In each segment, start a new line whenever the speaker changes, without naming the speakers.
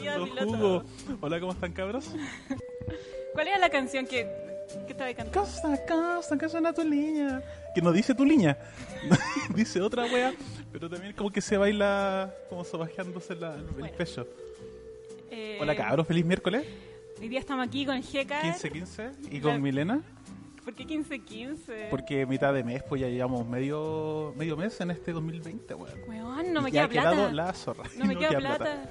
Dios,
los
mi lata.
jugos. Hola, ¿cómo están, cabros?
¿Cuál era la canción que, que estaba cantando?
Casa, casa, casa a tu línea. Que no dice tu línea. dice otra wea, pero también como que se baila como sobajeándose la, el
Bueno.
pecho.
Eh,
Hola, cabros, feliz miércoles.
Hoy día estamos aquí con Jeca.
15-15 y
Claro.
con Milena,
¿Por qué 15-15?
porque mitad de mes, pues ya llevamos medio, medio mes en este 2020, weón.
Weón, no me
Y
queda
ha
plata.
quedado la zorra.
No me queda, plata.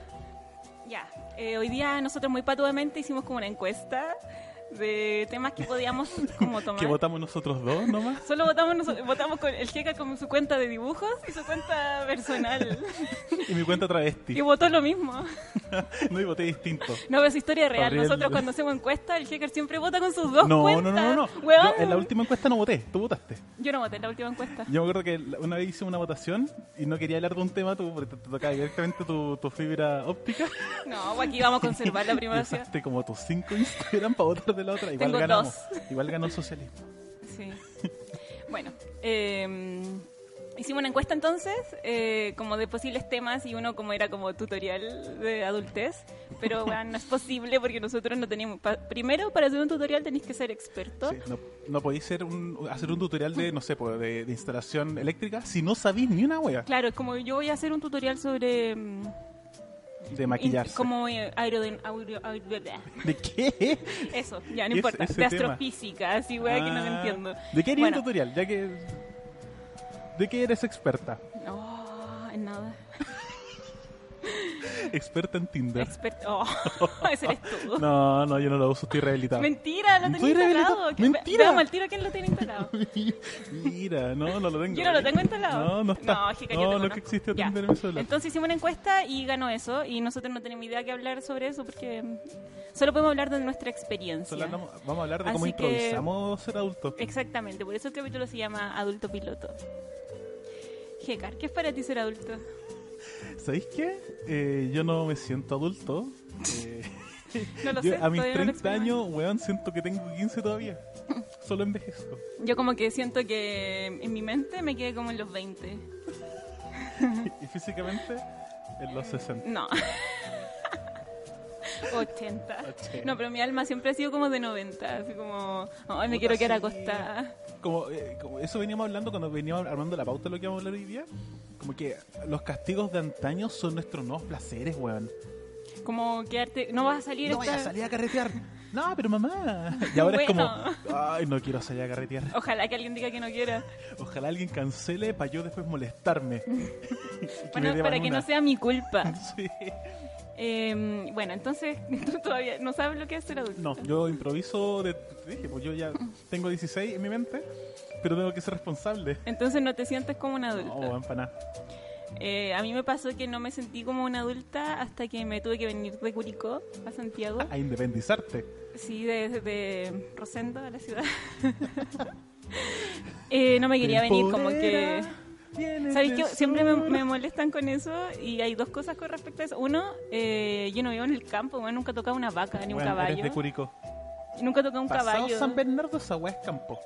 Ya, eh, hoy día nosotros muy patuamente hicimos como una encuesta de temas que podíamos como tomar.
Que votamos nosotros dos nomás.
Solo votamos, noso- votamos con el Jeca con su cuenta de dibujos y su cuenta personal.
Y mi cuenta
y
travesti.
votó lo mismo.
no, y voté distinto.
No, pero es historia real.
Gabriel.
Nosotros cuando hacemos encuestas, el Jeca siempre vota con sus dos
No, no,
cuentas.
no, no, no.
Weón.
Yo en la última encuesta no voté, tú votaste.
Yo no voté en la última encuesta.
Yo me acuerdo que la- una vez hice una votación y no quería hablar de un tema tú, porque te, te tocaba directamente tu, tu fibra óptica.
No, pues aquí vamos a conservar la
Y
privacidad.
usaste como tus cinco Instagram para votar de la otra. Igual
Tengo
ganamos. Igual ganó el socialismo.
Sí. Bueno, eh, hicimos una encuesta entonces, eh, como de posibles temas y uno como era como tutorial de adultez, pero bueno, no es posible porque nosotros no teníamos... pa- primero, para hacer un tutorial tenéis que ser experto.
Sí, no, no podéis ser un- hacer un tutorial de, no sé, pues, de, de instalación eléctrica si no sabís ni una wea
Claro, es como yo voy a hacer un tutorial sobre... mm,
de
in-
maquillarse.
como eh, aerode- auro- auro- bla, bla.
¿De qué?
Eso, ya, no
Ese-
importa.
ese
de
tema.
astrofísica, así, weá, que no me
Ah,
entiendo.
¿De qué haría
Bueno.
un tutorial? Ya que... ¿De qué eres experta?
No, en nada.
Experta en Tinder.
Experto. Oh, ese eres tú.
No, no, yo no lo uso, estoy rehabilitado.
Mentira, lo
Soy
tenía
rebelde.
instalado. Que-
Mentira.
Veamos al tiro quién lo tiene instalado.
Mira, no, no lo tengo.
Yo no lo tengo instalado.
No, no está.
No, chica, yo te
no
conozco.
que existe
Ya.
Tinder en Venezuela.
Entonces hicimos una encuesta y ganó eso. Y nosotros no tenemos idea que hablar sobre eso porque mm, solo podemos hablar de nuestra experiencia.
Solo hablamos- vamos a hablar de cómo
Así que- eh,
improvisamos ser adultos.
Exactamente, por eso el capítulo se llama Adulto Piloto. Jecar, ¿qué es para ti ser adulto?
¿Sabéis qué? Eh, yo no me siento adulto. Eh,
No lo
yo
sé.
a mis
todavía no lo
30 años, weón, siento que tengo 15 todavía. Solo envejezco.
experimento. Yo como que siento que en mi mente me quedé como en los 20.
Y físicamente, en los 60.
No. 80.
80.
No, pero mi alma siempre ha sido como de 90. Así como, ay, me quiero
Puta,
quedar
sí.
acostada.
Como, eh, como eso veníamos hablando cuando veníamos armando la pauta de lo que vamos a hablar hoy día. Como que los castigos de antaño son nuestros nuevos placeres, weón.
Como quedarte. No vas a salir.
No voy
esta-
a salir a carretear. No, pero mamá. Y ahora
Bueno.
es como, ay, no quiero salir a carretear.
Ojalá que alguien diga que no quiera.
Ojalá alguien cancele para yo después molestarme.
Bueno, para que no
sea
sea mi culpa.
Sí.
Eh, bueno, entonces tú todavía no sabes lo que es ser adulto.
No, yo improviso de. te dije, pues yo ya tengo 16 en mi mente, pero tengo que ser responsable.
Entonces no te sientes como un
No,
adulto.
weón, pa' nada.
Eh, a mí me pasó que no me sentí como una adulta hasta que me tuve que venir de Curicó a Santiago.
A independizarte.
Sí, desde de Rosendo a la ciudad. Eh, no me quería venir, como que... ¿Sabéis que siempre me, me molestan con eso? Y hay dos cosas con respecto a eso. Uno, eh, yo no vivo en el campo, bueno, nunca he tocado una vaca ni un caballo.
de Curicó.
Nunca he tocado un
Pasado
caballo.
San Bernardo, esa weá es campo.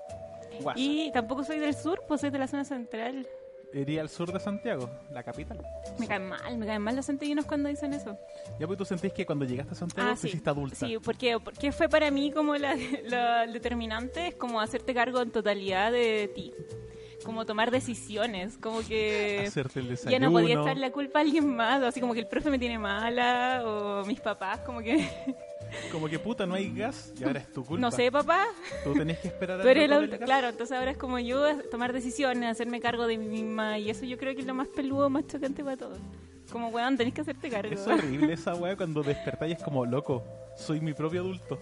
Guasa.
Y tampoco soy del sur, pues soy de la zona central.
Iría al sur de Santiago, la capital.
Me caen mal, me caen mal los santiaguinos cuando dicen eso. Ah,
Ya pues tú sentís que cuando llegaste a Santiago te hiciste adulta.
Sí, porque, porque fue para mí como la, la- el determinante, es como hacerte cargo en totalidad de ti. Como tomar decisiones, como que
Hacerte el desayuno.
ya no podía echar la culpa a alguien más, así como que el profe me tiene mala o mis papás, como que
Como que puta, no hay gas y ahora es tu culpa.
no sé, papá,
Tú tenés que esperar a
tú eres el
que
adulto,
llegue.
claro, entonces ahora es como yo es tomar decisiones, hacerme cargo de mí misma y eso yo creo que es lo más peludo, más chocante para todos. Como, weón, tenés que hacerte cargo.
Es horrible esa weá cuando despertáis es como loco. Soy mi propio adulto.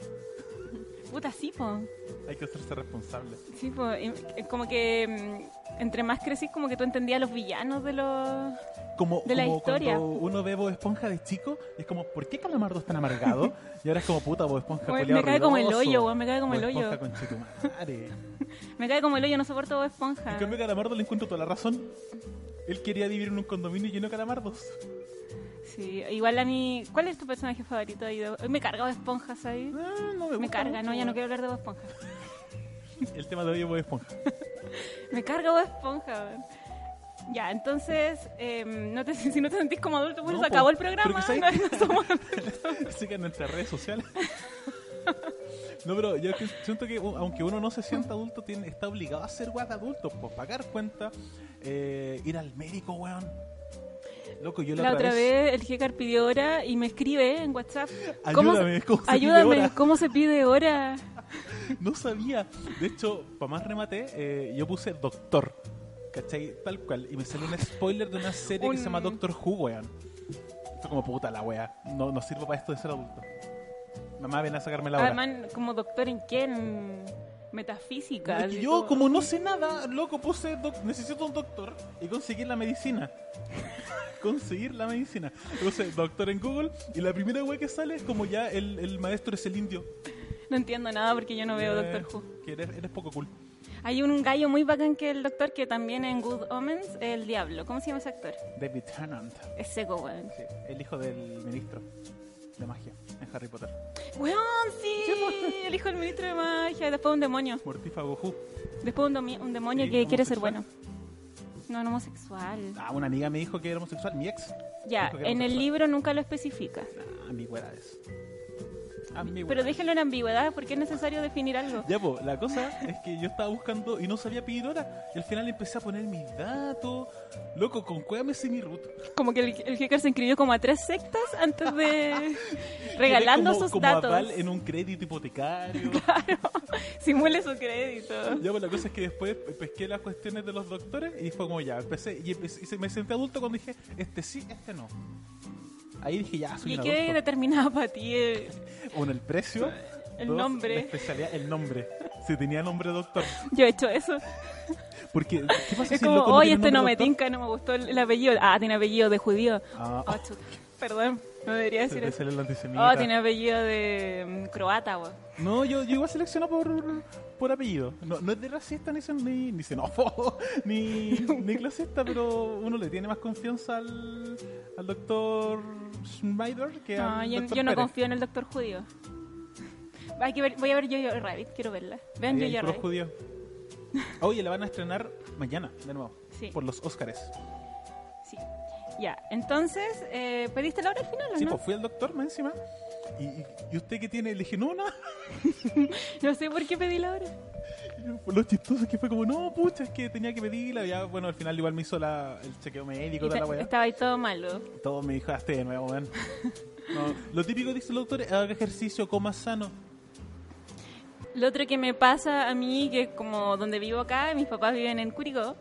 Puta, sí, po.
Hay que hacerse responsable.
Sí, po. Y, eh, Como que mm, entre más crecís, como que tú entendías los villanos de los...
Como,
De la
como
historia.
cuando uno ve Bob Esponja de chico, y es como, ¿por qué Calamardo es tan amargado? Y ahora es como, puta, Bob Esponja
Weón,
culiao
me cae como el
ruidoso.
hoyo, weón, me cae como el
Bob
hoyo.
Esponja conchetumare. En
Me cae como el hoyo, no soporto Bob esponja.
cambio, Calamardo le encuentro toda la razón. Él quería vivir en un condominio lleno de calamardos.
Sí, igual a mí... ¿Cuál es tu personaje favorito? ahí de- Hoy me carga Bob esponja, ¿sabes?
Ah, No, no me gusta.
Me carga,
mucho,
no, ya no
weón.
quiero hablar de Bob esponja.
El tema de hoy es Bob Esponja.
Me carga Bob esponja, weón. Ya, entonces, eh, no te, si no te sentís como adulto, pues
No,
se acabó
po,
el programa.
porque
no,
sabes-
no somos adultos.
Sigan nuestras redes sociales. No, pero yo que- siento que u- aunque uno no se sienta adulto, tiene, está obligado a ser weón de adulto, pues pagar cuenta, eh, ir al médico, weón. Loco, yo la,
La otra vez el Jecar pidió hora y me escribe en WhatsApp.
Ayúdame, ¿cómo se pide
ayúdame,
hora?
¿cómo se pide hora?
No sabía. De hecho, para más remate, eh, yo puse Doctor. ¿Cachai? Tal cual. Y me salió un spoiler de una serie que se llama
Un-
Doctor Who, weón. Esto como puta la wea. No, no sirvo para esto de ser adulto. Mamá, ven a sacarme la hora.
Además, como doctor en qué? En metafísica.
Es que
así
yo, como no sé nada, loco, puse doc- necesito un doctor y conseguir la medicina. conseguir la medicina. Puse doctor en Google y la primera web que sale es como ya el, el maestro es el indio.
No entiendo nada porque yo no veo
Eh,
Doctor Who.
Que eres, eres poco cool.
Hay un gallo muy bacán que es el doctor que también en Good Omens, el diablo. ¿Cómo se llama ese actor?
David Tennant.
Es seco, weón.
Sí, el hijo del ministro de magia en Harry Potter.
¡Weón, sí!
pues.
El hijo del ministro de magia, después un demonio.
Mortífago Who.
Después un, domi- un demonio
Sí,
que quiere ser bueno.
homosexual.
No, no homosexual.
Ah, una amiga me dijo que era homosexual, mi ex.
Ya,
Dijo que era
en el
homosexual.
libro nunca lo especifica.
Ah, ambigüedades.
Pero
Ambigüedades.
déjenlo en ambigüedad porque es necesario definir algo.
Ya, pues, la cosa es que yo estaba buscando y no sabía pedir hora. Y al final empecé a poner mis datos. Loco, con cueva me sé mi ruta.
Como que el, el hacker se inscribió como a tres sectas antes de regalando
Quedé como-
sus
como
datos.
aval en un crédito hipotecario.
Simule su crédito.
Ya, pues, la cosa es que después pesqué las cuestiones de los doctores y fue como ya. Empecé y, empecé- y se- me senté adulto cuando dije, este sí, este no. Ahí dije, ya, soy
Y
un
qué
adulto.
determinada para ti. eh.
Uno, el precio.
El
Dos,
nombre.
La especialidad, el nombre. Si tenía nombre doctor.
Yo he hecho eso.
Porque, ¿qué pasa
Es
si
como,
loco
oye,
tiene
este no
nombre
me
doctor?
tinca, no me gustó el, el apellido. Ah, tiene apellido de judío.
Ah.
Oh, chuta. Perdón, no debería
Se
decir
te
eso.
sale el antisemita.
Oh, tiene apellido de mm, croata, bo.
No, yo, yo igual selecciono por, por apellido. No, no es de racista ni, sen- ni, ni xenófobo, ni, ni clasista, pero uno le tiene más confianza al, al doctor Schneider que
No,
al
yo,
doctor
yo no
Pérez.
confío en el doctor judío. Hay que ver- voy a ver Jojo Rabbit, quiero verla. Vean
Eh,
Jojo
puros
Rabbit.
judíos. Oye, la van a estrenar mañana, de nuevo,
Sí.
por los Óscares.
Sí. Ya, entonces, eh, ¿pediste la hora al final o
Sí,
no?
pues fui al doctor más encima. Y, y- y usted qué tiene? Le dije, no, no.
No sé por qué pedí la hora.
Lo chistoso es que fue como, no, pucha, es que tenía que pedirla. Ya, bueno, al final igual me hizo la, el chequeo médico,
Y
toda la
ta-
weá.
estaba ahí todo malo.
Todo me dijo, hazte de nuevo, weón. No, lo típico dice el doctor, haga ejercicio, coma sano.
Lo otro que me pasa a mí, que como donde vivo acá, mis papás viven en Curicó,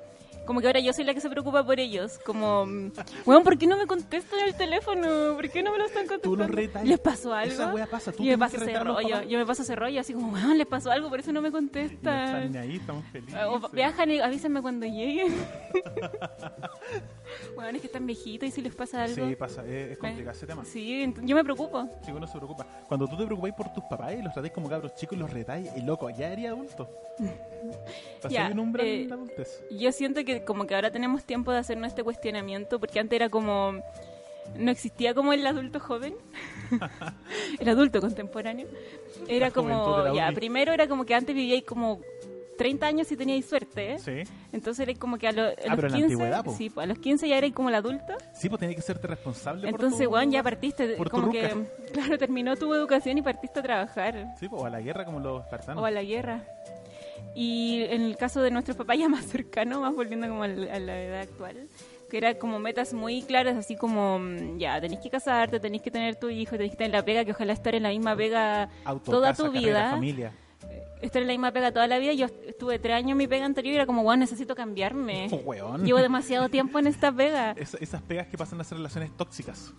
como que ahora yo soy la que se preocupa por ellos. Como, mm, weón, ¿por qué no me contestan el teléfono? ¿Por qué no me lo están
Tú
contestando?
los retas.
¿Les pasó algo?
Esa wea pasa, tú
yo me
tienes
paso
que
ese
retar a los
rollo,
papás.
yo me paso ese rollo, así como, weón, les pasó algo, por eso no me
Y no están ni
contestan.
ahí, estamos felices.
Eh, O viajan y avísenme cuando lleguen. weón, es que están viejitos y si les pasa algo.
Sí, pasa, es, es complicado ese tema.
Sí, ent- yo me preocupo.
Si uno se preocupa. Cuando tú te preocupáis por tus papás y los tratáis como cabros chicos y los retáis, y loco, ya eres adulto. Pasé
Ya,
un umbral
eh,
de adultez.
Yo siento que como que ahora tenemos tiempo de hacernos este cuestionamiento, porque antes era como... No existía como el adulto joven, el adulto contemporáneo. Era
La juventud de
como,
la
ya,
uni.
primero era como que antes vivíais como 30 años y teníais suerte, ¿eh?
Sí. Ah,
Entonces era como que a, lo- a
pero
los
en la
15,
antigüedad, po.
sí, po, a los 15 ya erais como el adulto.
Sí, pues tenés que serte responsable por
Entonces,
tu-
weón, ya partiste,
por tu
como que,
ruca.
claro, terminó tu educación y partiste a trabajar.
Sí, pues, o a la guerra como los tartanos.
o a la guerra. Y en el caso de nuestros papás ya más cercano, más volviendo como al- a la edad actual, que era como metas muy claras, así como mm, ya tenéis que casarte, tenéis que tener tu hijo, tenéis que tener la pega, que ojalá estar en la misma pega
Auto,
toda
casa,
tu
carrera,
vida, Eh,
familia.
estar en la misma pega toda la vida. Yo est- estuve tres años en mi pega anterior y era como, wow, necesito cambiarme.
Oh, weón.
Llevo demasiado tiempo en esta pega.
Es- esas pegas que pasan a ser relaciones tóxicas.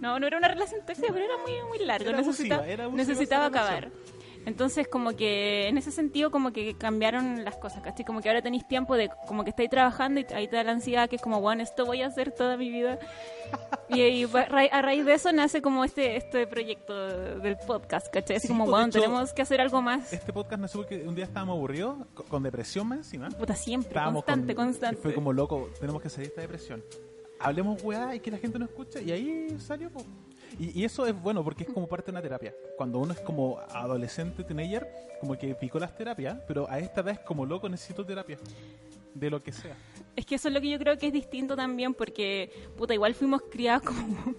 No, no era una relación tóxica, pero era muy, muy largo.
Era
necesita-
abusiva, era abusiva
necesitaba
esa relación.
acabar. Entonces, como que en ese sentido, como que cambiaron las cosas, ¿cachai? Como que ahora tenéis tiempo de, como que estáis trabajando y ahí te da la ansiedad que es como, bueno, esto voy a hacer toda mi vida. Y, y va- ra- a raíz de eso nace como este este proyecto del podcast, ¿cachai? Así
Sí,
como,
pues, de
bueno,
hecho-
tenemos que hacer algo más.
Este podcast nació porque un día estábamos aburridos, co- con depresión más encima.
Puta, siempre,
Estábamos
constante,
con-
constante.
Fue como loco, tenemos que salir de esta depresión. Hablemos weá y que la gente no escuche. Y ahí salió. po. Y, y eso es bueno porque es como parte de una terapia. Cuando uno es como adolescente, teenager, como que picó las terapias, pero a esta edad es como loco, necesito terapia. de lo que sea.
Es que eso es lo que yo creo que es distinto también porque, puta, igual fuimos criados como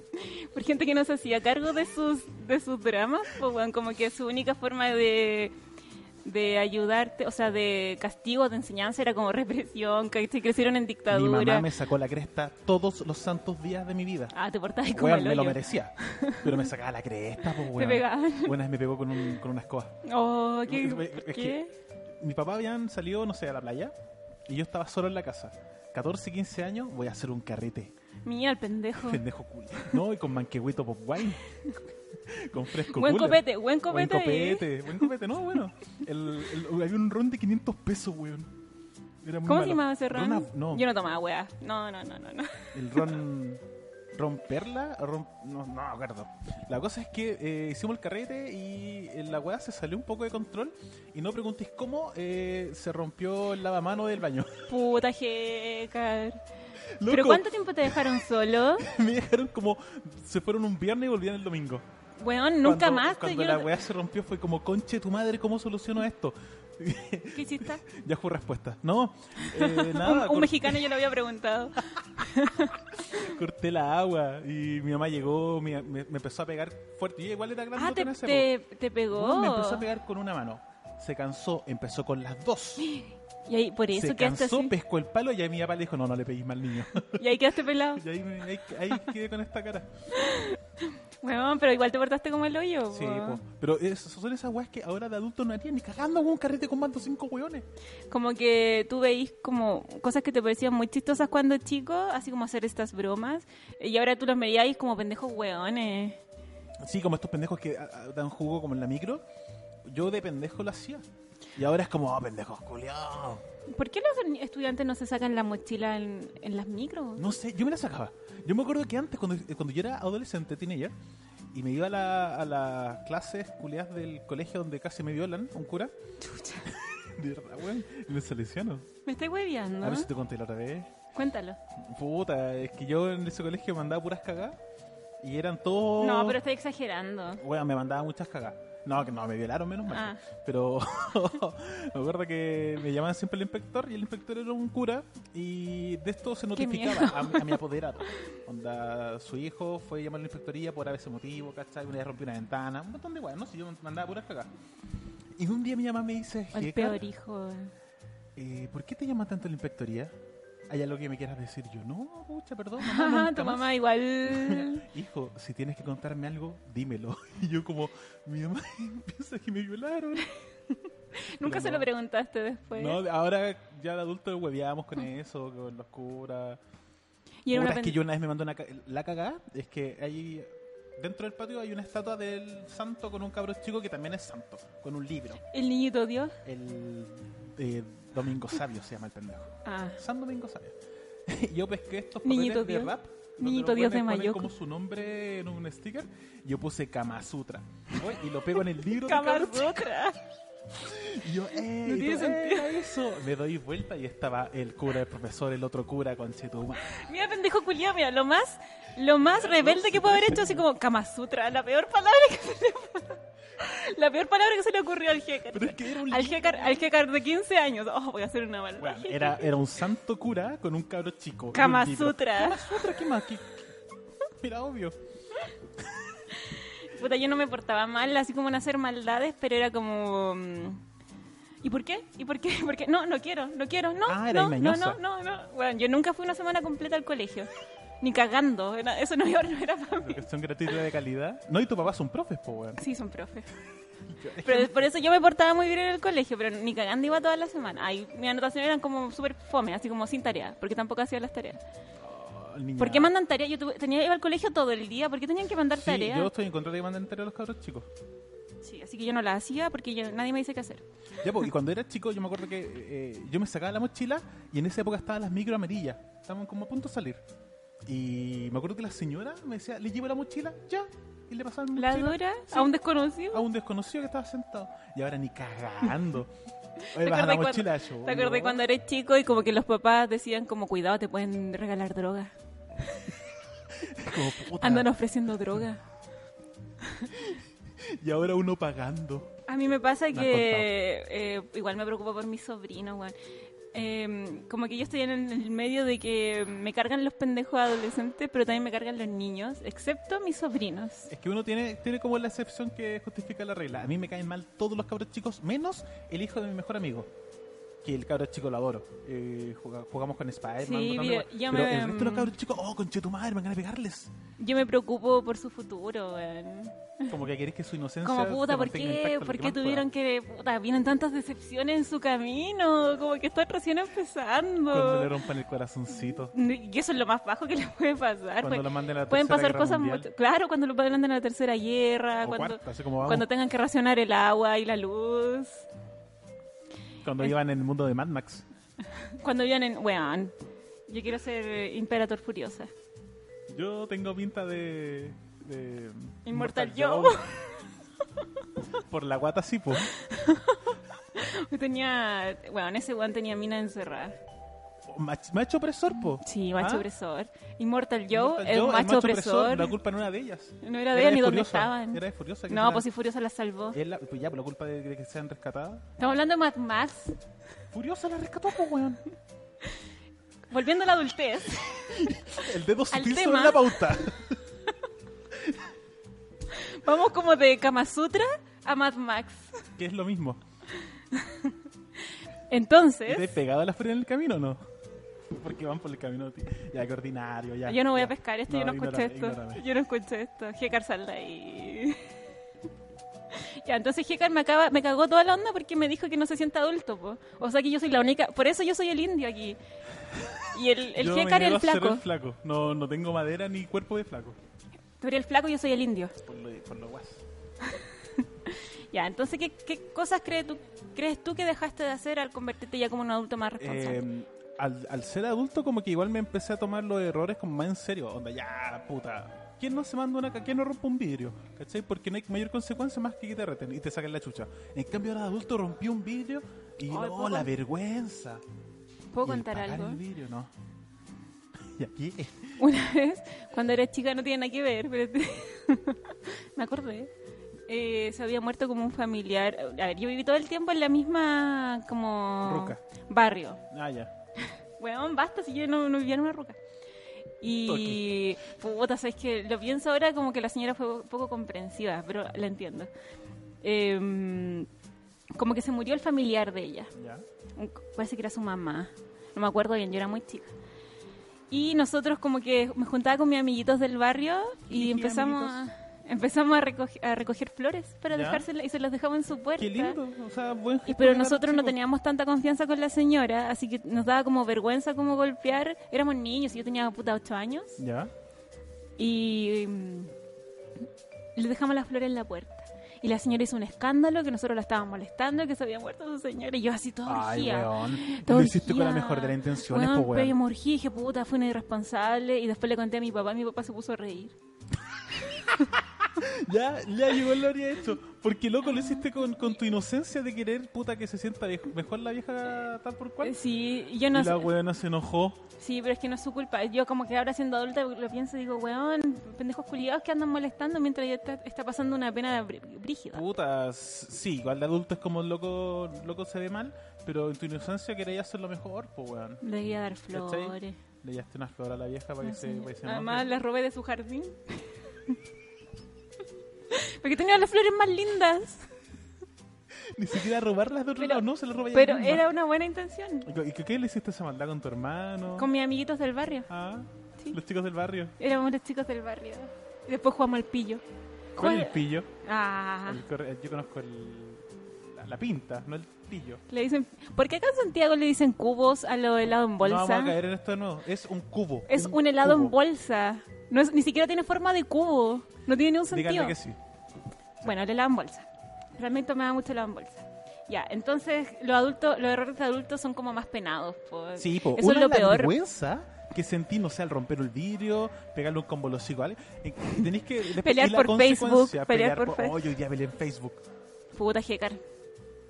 por gente que no se hacía cargo de sus, de sus dramas, pues, weón, como que su única forma de, de ayudarte, o sea, de castigo, de enseñanza era como represión, que se crecieron en
Mi
dictadura.
mamá me sacó la cresta todos los santos días de mi vida.
Ah, te portabas como
Weón,
el
me lo
hoyo.
merecía. Pero me sacaba la cresta, pues, weón.
pegaban.
Una vez me pegó con, un- con una escoba.
Oh,
Es
¿qué?
que-
¿Por qué?
Mi papá habían salido, no sé, a la playa y yo estaba solo en la casa. 14, 15 años, voy a hacer un carrete.
Mía, el pendejo.
Pendejo culo. No, y con manquehuito pop wine. Con fresco
Buen
cooler.
copete, buen copete.
Buen copete, buen copete. No, bueno. El, el- había un ron de 500 pesos, weón. Era muy
¿Cómo
malo.
se llamaba ese ron?
Ron- no,
Yo no tomaba weá. No, no, no, no. no.
el ron... ¿Ron perla? Ron, no, no, me acuerdo. La cosa es que eh, hicimos el carrete y eh, la weá se salió un poco de control. Y no preguntéis cómo eh, se rompió el lavamano del baño.
Puta jecar.
Loco,
¿Pero cuánto tiempo te dejaron solo?
me dejaron como... Se fueron un viernes y volvían el domingo.
Weón, nunca
Cuando-
más. te-
Cuando
yo
la
no-
weá se rompió fue como, conche tu madre, ¿cómo soluciono esto?
¿Qué hiciste?
ya fue respuesta. No, eh,
Un-
nada,
un,
cor-
mexicano yo lo había preguntado.
Ah, corté la agua y mi mamá llegó, mi- me, me empezó a pegar fuerte. Yo igual era grande
Ah, te,
en ese
te, te
po.
pegó.
No, Me empezó a pegar con una mano. Se cansó, empezó con las dos.
Y ahí, por eso
Se
quedaste
cansó,
así.
pescó el palo y ahí mi papá le dijo, no, no le pedís mal niño.
Y ahí quedaste pelado.
y ahí, me- ahí- ahí quedé con esta cara.
Weón, pero igual te portaste como el hoyo.
Sí,
po.
po. pero es- son esas weas que ahora de adulto no harían ni cagando con un carrete con mando cinco weones.
Como que tú veís como cosas que te parecían muy chistosas cuando chico, así como hacer estas bromas, y ahora tú los veías como pendejos hueones.
Sí, como estos pendejos que ah, ah, dan jugo como en la micro. Yo de pendejo lo hacía. Y ahora es como, oh, pendejos culiados.
¿Por qué los ni- estudiantes no se sacan la mochila en, en las micros?
No sé, yo me la sacaba. Yo me acuerdo que antes, cuando, eh, cuando yo era adolescente, teenager, y me iba a la- a las clases culiadas del colegio donde casi me violan, un cura.
Chucha,
De verdad, weón. En el Salesiano.
me estoy hueviando.
A ver si te conté la otra vez.
Cuéntalo.
Puta, es que yo en ese colegio mandaba puras cagadas. Y eran todos.
No, pero estoy exagerando.
Bueno, me mandaba muchas cagadas. No, que no, me violaron menos mal.
Ah.
Pero me acuerdo que me llamaban siempre el inspector y el inspector era un cura y de esto se notificaba
miedo.
a, mi- a mi apoderado. Onda, su hijo fue llamar a la inspectoría por ese motivo, ¿cachai? Una vez rompió una ventana, un montón de weas, ¿no? Si yo mandaba puras cagadas. Y un día mi mamá me dice,
El
"Jeca,
peor hijo.
eh, ¿por qué te llama tanto la inspectoría? ¿Hay algo que me quieras decir? Yo, no, pucha, perdón, mamá,
Ajá,
nunca
tu
más".
mamá igual.
Hijo, si tienes que contarme algo, dímelo. Y yo como, mi mamá piensa que me violaron.
Nunca
Pero
se
no.
lo ¿eh? preguntaste después.
No, ahora ya de adulto hueveábamos con eso, con los curas.
y era
Puta,
una
es que
pen-
yo una vez me mandó una ca- la cagada, es que ahí dentro del patio hay una estatua del santo con un cabro chico que también es santo, con un libro.
El niñito Dios.
El eh, Domingo Sabio se llama el pendejo.
Ah,
San Domingo Sabio. yo pesqué estos papeles
Niñito
de
Dios.
rap. donde
Niñito
los
Dios
buenos
de
ponen
Mayoco.
como su nombre en un sticker. Yo puse Kama Sutra. Oye, Y lo pego en el libro. del
Kamar
cabro chico.
Sutra.
Y yo, eh,
No
y
tiene
todo, eh, era eso. Me doy vuelta y estaba el cura, el profesor, el otro cura con Chetuma.
Mira, pendejo culiado, mira, lo más, lo más rebelde que puedo haber hecho, así como Kama Sutra, la peor palabra que se le La peor palabra que se le ocurrió al Jecar.
Pero es que era un
Al Jecar, al Jecar de 15 años. Oh, voy a hacer una maldad.
Weón, era, era un santo cura con un cabro chico. y un
Kama
libro.
Sutra.
Kama Sutra, ¿qué más? ¿Qué- qué? Era obvio.
Puta, yo no me portaba mal, así como en hacer maldades, pero era como... mm, ¿Y por qué? ¿Y por qué? ¿Por qué? No, no quiero, no quiero, no,
Ah, era
no, no,
mañosa.
no, no, no. Bueno, yo nunca fui una semana completa al colegio, ni cagando, era- eso no, era- no era para mí.
Educación gratuita de calidad. No, y tu papá son profes, po, weón.
Sí, son profes.
Yo-
Pero por eso yo me portaba muy bien en el colegio, pero ni cagando iba toda la semana. Ay, mis anotaciones eran como súper fome, así como sin tarea, porque tampoco hacía las tareas.
Oh, niña.
¿Por qué mandan tarea? Yo tuve- tenía que ir al colegio todo el día, ¿por qué tenían que mandar
Sí,
tarea?
yo estoy en contra de que manden tarea a los cabros chicos.
Sí, así que yo no la hacía porque yo- nadie me dice qué hacer.
Ya, po, y cuando era chico, yo me acuerdo que eh, yo me sacaba la mochila y en esa época estaban las micro amarillas. Estaban como a punto de salir. Y me acuerdo que la señora me decía, le llevo la mochila, ya. Y le pasaba mi
¿La
mochila
dura?
Sí.
¿A un desconocido?
a un desconocido que estaba sentado. Y ahora ni cagando.
¿Te
Oye, baja la
acordás
mochila,
cuando,
yo.
¿Te acordás
no.
cuando eres chico y como que los papás decían como, cuidado, te pueden regalar droga?
Como, puta.
Andan ofreciendo droga.
Y ahora uno pagando.
A mí me pasa
Me has
que eh, igual me preocupo por mis sobrinos, weón. eh, como que yo estoy en el medio de que me cargan los pendejos adolescentes, pero también me cargan los niños, excepto mis sobrinos.
Es que uno tiene, tiene como la excepción que justifica la regla. A mí me caen mal todos los cabros chicos, menos el hijo de mi mejor amigo. Que el cabro chico lo adoro. Eh, juga- jugamos con Spider-Man.
Sí,
botando
yo-
igual.
yo
pero
me- mm.
el resto de los cabros chicos, oh, conche tu madre, me van a pegarles.
Yo me preocupo por su futuro, weón.
Como que querés que su inocencia.
Como
se
puta, ¿por
mantenga intacta
qué,
lo
¿por
que
qué
más pueda.
tuvieron que... Puta, vienen tantas decepciones en su camino, como que estoy recién
Cuando le
empezando.
rompan el corazoncito.
Y eso es lo más bajo que le puede pasar.
Cuando
pues.
lo manden a la
Pueden pasar
Tercera Guerra
cosas
Mundial.
mucho. Claro, cuando lo mandan a la tercera guerra,
O
cuando,
cuarta, así como vamos.
cuando tengan que racionar el agua y la luz,
Cuando iban en el mundo de Mad Max.
cuando vivan en. Weón, yo quiero ser eh, Imperator Furiosa.
Yo tengo pinta de. de
Inmortal
Joe. Por la guata sí, pues.
Yo tenía. Weón, ese weón tenía mina encerrada.
Mach- Macho opresor, po.
Sí, macho
¿Ah?
opresor. Immortal Joe,
Inmortal
el, macho, opresor.
La culpa no era de ellas.
No era de ella ni dónde
Furiosa.
estaban.
Era de Furiosa. que
No,
fuera-
pues si Furiosa la salvó.
es la- pues ya, por la culpa de, de que sean rescatadas.
Estamos hablando de Mad Max.
Furiosa la rescató, pues, weón.
Volviendo a la adultez.
El dedo
Al
sutil
tema.
sobre la pauta.
Vamos como de Kama Sutra a Mad Max.
que es lo mismo. ¿Y
Entonces.
te he pegado a las frías en el camino o no? Porque van por el camino. ti- Ya, que ordinario, ya.
Yo no voy
ya.
a pescar esto, yo no
ignora-
escuché esto.
ignórame.
Yo no escuché esto. Jecar, sal de ahí. ya, entonces Jecar me, acaba, me cagó toda la onda porque me dijo que no se sienta adulto, po. O sea que yo soy la única. Por eso yo soy el indio aquí. Y el, el
Yo me
Jecar es el
niego a ser
flaco.
el flaco. No, no tengo madera ni cuerpo de flaco.
Tú eres el flaco y yo soy el indio.
Por lo, por lo guas.
Ya, entonces, ¿qué, qué cosas crees tú, crees tú que dejaste de hacer al convertirte ya como un adulto más responsable?
Eh, al, al ser adulto, como que igual me empecé a tomar los errores como más en serio. Onda, ya, puta. ¿Quién no se manda una ca- ¿Quién no rompe un vidrio? ¿Cachai? Porque no hay mayor consecuencia más que que te reten y te saquen la chucha. En cambio, ahora de adulto rompió un vidrio y
Ay,
no,
¿puedo
la
con-
vergüenza.
¿Puedo
Y el
contar
pagar
algo?
El vidrio, no. Y aquí,
Una vez, cuando era chica, no tiene nada que ver, pero te- me acordé. Eh, se había muerto como un familiar. A ver, yo viví todo el tiempo en la misma como
Ruca.
barrio.
ah, ya.
Weón, basta si yo no, no vivía en una ruca. Y puta, sabes que lo pienso ahora como que la señora fue poco comprensiva, pero la entiendo. Em, como que se murió el familiar de ella
ya.
un- parece que era su mamá, no me acuerdo bien, yo era muy chica. Y nosotros como que me juntaba con mis amiguitos del barrio y
Jiji,
empezamos
amiguitos.
a, empezamos a, recoge- a recoger flores para
Ya.
dejárselas y se las dejamos en su puerta.
Qué lindo. O sea, buen
Y,
gesto
pero
de cabros
nosotros no
chicos.
teníamos tanta confianza con la señora, así que nos daba como vergüenza como golpear. Éramos niños, y yo tenía puta ocho años
Ya.
y mm, le dejamos las flores en la puerta. Y la señora hizo un escándalo, que nosotros la estábamos molestando, que se había muerto su señora y yo así toda
Ay,
orgía.
weón. Lo
Todo
hiciste con la
orgía.
mejor de las intenciones,
Weón,
po, weón.
Pero yo me orgí, dije, puta, fue una irresponsable. Y después le conté a mi papá, mi papá se puso a reír.
Ya, ya, yo igual lo habría hecho. Porque, loco, lo hiciste con, con tu inocencia de querer, puta, que se sienta viejo- mejor la vieja tal por cual.
Sí, yo no
Y
sé.
la weona se enojó.
Sí, pero es que no es su culpa. Yo como que ahora siendo adulta lo pienso y digo, weón, pendejos culiados que andan molestando mientras ya está, está pasando una pena br- brígida.
Puta, s- sí, igual de adulto es como loco, loco se ve mal, pero en tu inocencia querías hacer lo mejor, pues weón.
Le voy a dar
¿Cachai?
flores.
Le llevaste una flor a la vieja
Ah,
para que se, para que se
Además
enoje.
las robé de su jardín. Porque tenía las flores más lindas.
Ni siquiera robarlas de otro
Pero-
lado, no, se las robaba ella
Pero
misma.
era una buena intención.
¿Y co- ¿Y qué, qué le hiciste esa maldad con tu hermano?
Con mis amiguitos del barrio.
Ah,
Sí.
los chicos del barrio.
Éramos los chicos del barrio. Y después jugamos al pillo.
Con el
Joder.
pillo.
Ah,
El corre- el- yo conozco el, la, la pinta, no el pillo.
le dicen, ¿por qué acá en Santiago le dicen cubos a lo helado en
No vamos
bolsa?
a caer en esto de nuevo. Es un cubo.
es un helado en
cubo.
bolsa. No es, ni siquiera tiene forma de cubo. No tiene ningún sentido.
Díganle que sí.
Bueno, el helado en bolsa. Realmente me da mucho helado en bolsa. Ya, entonces los adultos, los errores de adultos son como más penados. po.
Sí, po,
Eso
una
es lo
la
peor.
vergüenza que sentí, no sé, al romper el vidrio, pegarle un combo a los chicos, ¿vale? Eh, Tenéis que... después-
Pelear
y la
por Facebook,
consecuencia,
pelear por
Oh,
Facebook.
yo ya peleé en Facebook.
Puta jecar.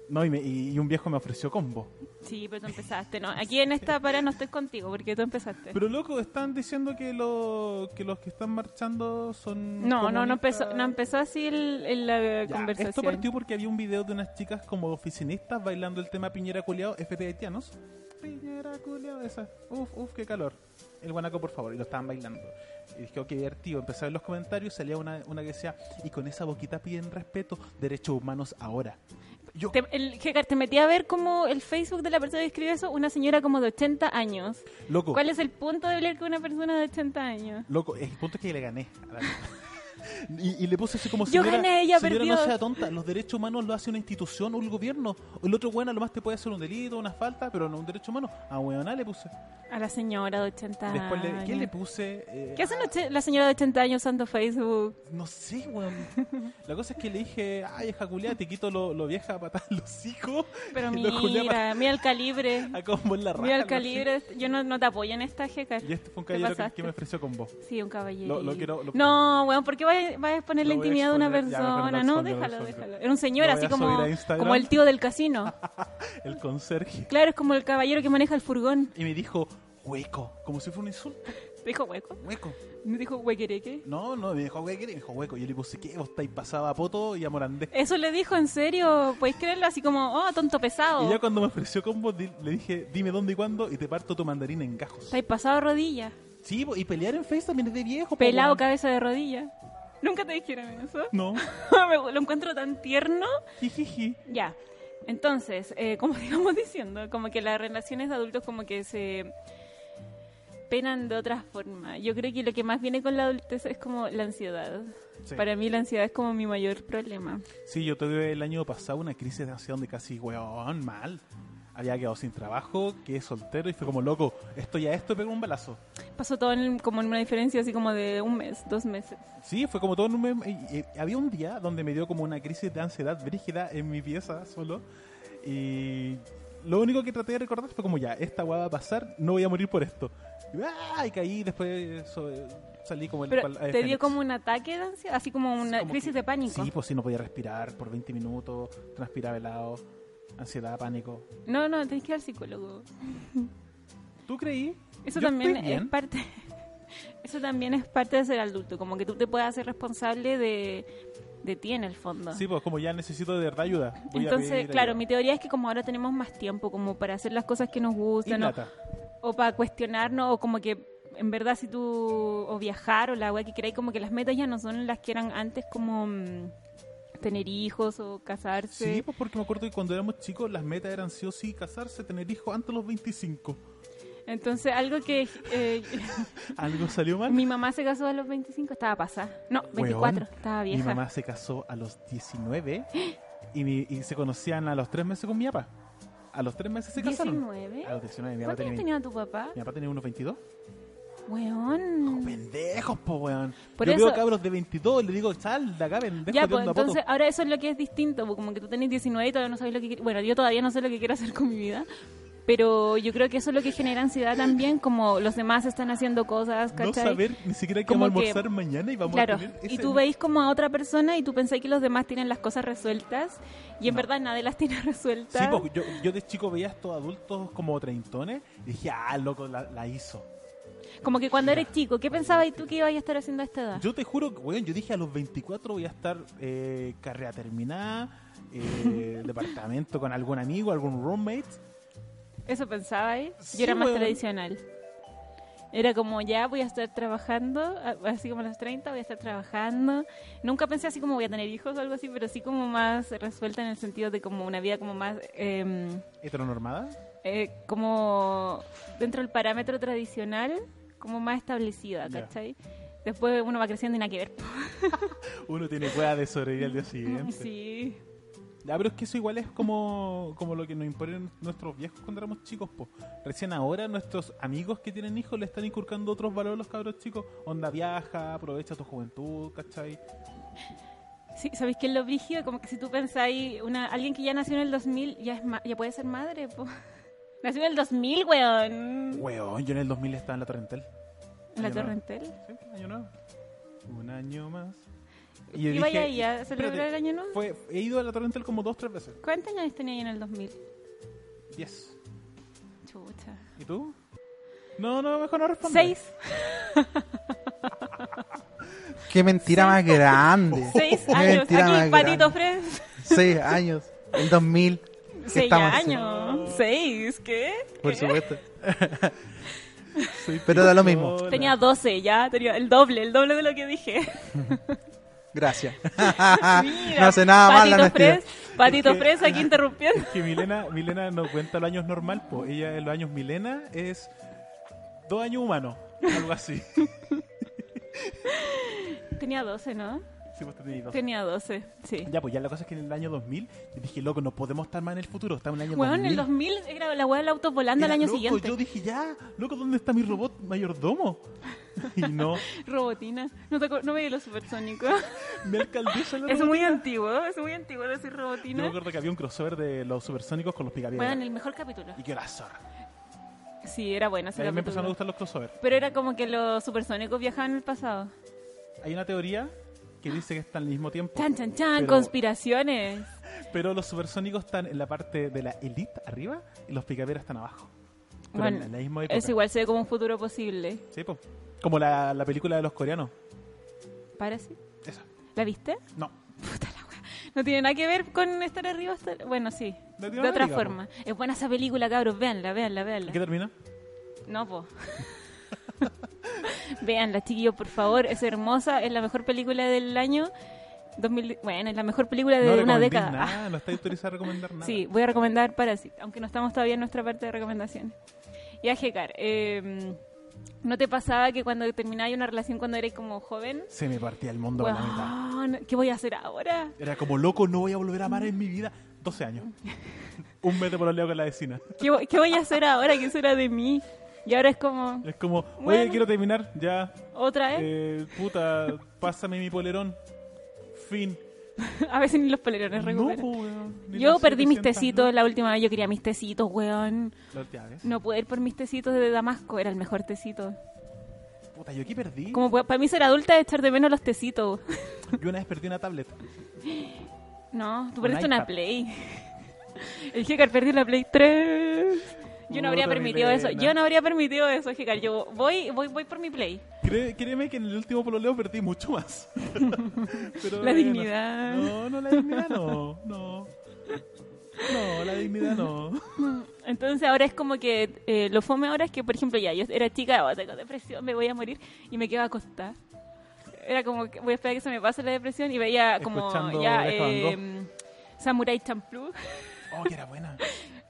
No, y, me- y- y un viejo me ofreció combo.
Sí, pero tú empezaste, ¿no? Aquí en esta parada no estoy contigo porque tú empezaste.
Pero loco, están diciendo que, lo, que los que están marchando son.
No, no, no
comunistas.
empezó, no empezó así el, el- la
Ya,
conversación.
Esto partió porque había un video de unas chicas como oficinistas bailando el tema Piñera Culeado, FT haitianos. Piñera Culeado, esa. Uf, uf, qué calor. El guanaco, por favor. Y lo estaban bailando. Y dije, oh, qué divertido. Empecé a ver los comentarios, salía una, una que decía, y con esa boquita piden respeto, derechos humanos ahora. Yo,
Te, el, Gekar, te metí a ver como el Facebook de la persona que escribe eso, una señora como de 80 años.
loco,
¿Cuál es el punto de hablar con una persona de 80 años?
loco, el punto es que le gané. a la- Y, y le puse así como
Yo gané, ella
señora,
perdió".
no sea tonta, los derechos humanos lo hace una institución o el gobierno. El otro bueno, lo más te puede hacer un delito, una falta, pero no un derecho humano. A hueoná le puse.
A la señora de 80
Después le,
años.
¿qué le puse? Eh,
¿Qué hace una che- la señora de 80 años usando Facebook?
No sé, weón. La cosa es que le dije, ay, vieja culiá, te quito lo, lo vieja a patar los hijos.
Pero
y lo culiá
mira, mira el calibre.
pa- a combo en la raja.
Mira el
algo así.
calibre. Yo no, no te apoyo en esta, Gekar.
Y este fue un
Te
caballero que,
pasaste.
que me ofreció con vos.
Sí, un caballero.
Lo- lo quiero- lo-
no, weón, ¿por qué vas a- vas a exponer la
Lo voy a
intimidad de una
exponer, ya, mejor
persona?
no
No,
expongo, no
déjalo,
expongo.
déjalo. Era un señor,
Lo
así
voy a subir
como,
a Instagram.
como el tío del casino.
El conserje.
Claro, es como el caballero que maneja el furgón.
Y me dijo, hueco. Como si fuera un insulto.
¿Te dijo hueco?
Hueco.
¿Me dijo huequereque?
No, no, me dijo hueco. Y me dijo hueco. Yo le puse, ¿qué? Vos estáis pasada a poto y a morandés.
Eso le dijo en serio, podéis creerlo así como, oh, tonto
Y
pesado.
ya cuando me ofreció combo, di- le dije, dime dónde y cuándo y te parto tu mandarina en gajos.
Estáis pasado de rodilla.
Sí, po, y pelear en Facebook también es de viejo. po,
Pelado
weón.
cabeza de rodilla. Nunca te dijeron eso.
No.
Me- Lo encuentro tan tierno.
Jijiji.
Ya. Entonces, eh, como digamos diciendo, como que las relaciones de adultos como que se penan de otra forma. Yo creo que lo que más viene con la adultez es como la ansiedad.
Sí.
Para mí la ansiedad es como mi mayor problema.
Sí, yo tuve el año pasado una crisis de ansiedad donde casi, weón, mal. Había quedado sin trabajo, quedé soltero y fue como, loco, estoy a esto, pegó un balazo.
Pasó todo en, como en una diferencia así como de un mes, dos meses.
Sí, fue como todo en un mem- y- y- Había un día donde me dio como una crisis de ansiedad brígida en mi pieza solo. Y lo único que traté de recordar fue como, ya, esta weá va a pasar, no voy a morir por esto. Y, ¡ah! y caí, después so- salí como el...
Pero
cual- eh,
te dio
Fénix.
como un ataque de ansiedad, así como
Sí,
una
como
crisis
que-
de pánico.
Sí, pues sí, no podía respirar por 20 minutos, transpiraba helado, ansiedad, pánico.
No, no, tenés que ir al psicólogo.
¿Tú creí?
Eso
Yo
también
estoy
es
bien.
parte. Eso también es parte de ser adulto, como que tú te puedas hacer responsable de, de ti en el fondo.
Sí, pues como ya necesito de verdad ayuda. voy a
Entonces,
pedir eh,
claro,
ayuda.
mi teoría es que como ahora tenemos más tiempo como para hacer las cosas que nos
Y
gustan o,
plata.
o para cuestionarnos o como que en verdad si tú o viajar o la weá que queráis como que las metas ya no son las que eran antes como mm, tener hijos o casarse.
Sí, pues porque me acuerdo que cuando éramos chicos las metas eran sí o sí casarse, tener hijos antes de los 25.
Entonces, algo que eh,
Algo salió mal.
mi mamá se casó a los 25, estaba pasada. No, 24,
Weón,
estaba vieja.
Mi mamá se casó a los 19 y, mi- y se conocían a los 3 meses con mi papá. A los 3 meses se casaron.
19.
A los 19, mi
¿Cuántos
papá tenía,
años
veinte-
tenía tu papá?
mi papá tenía unos 22.
Weón.
Pendejos, po, weón.
Por
Yo
eso-
veo cabros de 22 y le digo, sal de acá, pendejo.
Ya,
te
pues
ando a poto".
entonces ahora eso es lo que es distinto, porque como que tú tenés 19 y todavía no sabes lo que quieres- Bueno, yo todavía no sé lo que quiero hacer con mi vida, pero yo creo que eso es lo que genera ansiedad también, como los demás están haciendo cosas,
no
¿cachai?
saber ni siquiera qué
Como
vamos a
que-
almorzar mañana y vamos a
Claro,
tener
y
ese-
tú veis como a otra persona y tú pensáis que los demás tienen las cosas resueltas y en
No.
verdad nadie las tiene
Sí,
resueltas.
pues, yo, yo de chico veía a estos adultos como treintones y dije, ah, loco, la, la hizo.
como que cuando eres chico, ¿qué pensabas tú que ibas a estar haciendo a esta edad?
Yo te juro, que, weón, yo dije a los 24 voy a estar eh, carrera terminada, eh, departamento con algún amigo, algún roommate.
Eso pensaba, ¿eh?
Sí,
Yo era más
weón.
tradicional. Era como, ya voy a estar trabajando, a- así como a los 30 voy a estar trabajando. Nunca pensé así como voy a tener hijos o algo así, pero sí como más resuelta en el sentido de como una vida como más, eh,
Heteronormada.
eh, como dentro del parámetro tradicional, como más establecida,
Ya.
¿cachai? Después uno va creciendo y nada que ver.
Uno tiene cueva de sobrevivir al día siguiente.
Sí.
Ya, pero es que eso igual es como, como lo que nos imponen nuestros viejos cuando éramos chicos, po. Recién ahora nuestros amigos que tienen hijos le están inculcando otros valores a los cabros chicos. Onda, viaja, aprovecha tu juventud, ¿cachai?
Sí, ¿sabéis qué es lo brígido? Como que si tú pensáis, una, alguien que ya nació en el 2000 ya, es ma- ya puede ser madre, po. Nació en el 2000, weón.
Weón, yo en el 2000 estaba en la Torrentel.
En la
Año nuevo.
Torrentel.
Sí, año nuevo. Un año más. Y yo
¿Y vaya
dije,
ahí a celebrar
"Espérate,
el año nuevo?
Fue, he ido a la Torrental como dos, tres veces.
¿Cuántos años tenía ahí en el 2000?
Diez.
Chucha.
¿Y tú? No, no, mejor no respondes.
Seis.
Qué mentira más
Oh,
grande.
Seis
Qué
años.
mentira
Aquí,
más
patito
grande.
Fred.
Seis años. El 2000. ¿Qué
Seis
estamos haciendo?
años. Seis, ¿qué?
Por
¿Qué?
supuesto.
Soy
Pero da lo mismo.
picona.
Eh, Tenía 12 ya, tenía el doble, el doble de lo que dije.
Gracias.
Mira,
no hace nada mal la
Patito
mentira.
Fres, Patito
Ah, Es que-
Fres aquí interrumpiendo.
Que Milena, Milena no cuenta los años normal, po. Ella en los años Milena es dos años humano, algo así.
Tenía 12, ¿no?
Sí, pues, tú tenías dos.
Tenía 12, sí.
Ya, pues ya la cosa es que en el año 2000 yo dije, loco, no podemos estar más en el futuro, estamos en el año
Weón, en
2000.
el 2000 era la weá del auto volando al
Era
año
loco,
siguiente.
Yo dije, ya, loco, ¿dónde está mi robot mayordomo? Y no,
Robotina. No, te acuer- no veía los supersónicos.
me alcaldesa la
es
robot-
muy antiguo, es muy antiguo decir
Yo me
robotina.
acuerdo que había un crossover de los supersónicos con los picapiedras.
Weón, el mejor capítulo.
Y que la zorra.
Sí, era bueno ese
Ahí me
capítulo.
empezaron a gustar los crossovers.
Pero era como que los supersónicos viajaban en el pasado.
Hay una teoría que dice que están al mismo tiempo.
Chan, chan, chan,
Pero-
conspiraciones.
Pero los supersónicos están en la parte de la elite arriba y los picapiedras están abajo. Pero
Bueno,
en la misma época.
Eso igual se ve como un futuro posible.
Sí, po. Como la, la película de los coreanos.
Parece.
Esa.
¿La viste?
No.
Puta la wea. No tiene nada que ver con estar arriba. Estar... Bueno, sí.
De
De,
Latinoamérica,
otra
po.
forma. Es buena esa película, cabros. Véanla, véanla,
¿En
véanla.
qué termina?
No, po. Véanla, chiquillos, por favor. Es hermosa. Es la mejor película del año. 2000... Bueno, es la mejor película de
no
Eh, una
recomendéis
década.
Nada, No está autorizada a recomendar
Ah,
nada.
sí, voy a recomendar Parasite, aunque no estamos todavía en nuestra parte de recomendaciones. Y a Jecar, eh, ¿no te pasaba que cuando terminabas una relación cuando eres como joven?
Se me partía el mundo por la mitad.
"Weón, ¿Qué voy a hacer ahora?
Era como loco, no voy a volver a amar en mi vida. 12 años. Un mes de pololeo con la vecina.
¿Qué, vo- qué voy a hacer ahora? ¿Qué será de mí? Y ahora es como,
Es como, oye,
Bueno.
quiero terminar. Ya,
¿otra vez?
eh, puta, pásame mi polerón. Fin.
a veces ni los polerones recuperan.
po, weón, ni
yo
las
perdí mis
700
tecitos
lucas.
la última vez, yo quería mis tecitos, weón.
La última vez.
No poder por mis tecitos de Damasco, era el mejor tecito.
Puta, yo aquí perdí.
Como pa- para mí ser adulta es echar de menos los tecitos.
Yo una vez perdí una tablet.
No, tú
Un
perdiste una
iPad.
Play. El Hecar perdió la Play 3. Yo no habría
Puta, mi
permitido eso.
nena.
Yo no habría permitido eso, Hecar. Yo voy, voy, voy por mi Play.
Cré- créeme que en el último pololeo perdí mucho más. Pero
La
bueno.
dignidad.
No, no, la dignidad no. No, no la dignidad no.
Entonces ahora es como que eh, lo fome ahora es que, por ejemplo, ya yo era chica, oh, tengo depresión, me voy a morir y me quedo acostada. Era como que voy a esperar que se me pase la depresión y veía como
Escuchando
ya
Oreja Van Gogh.
eh, Samurai Champloo
Oh, que era buena.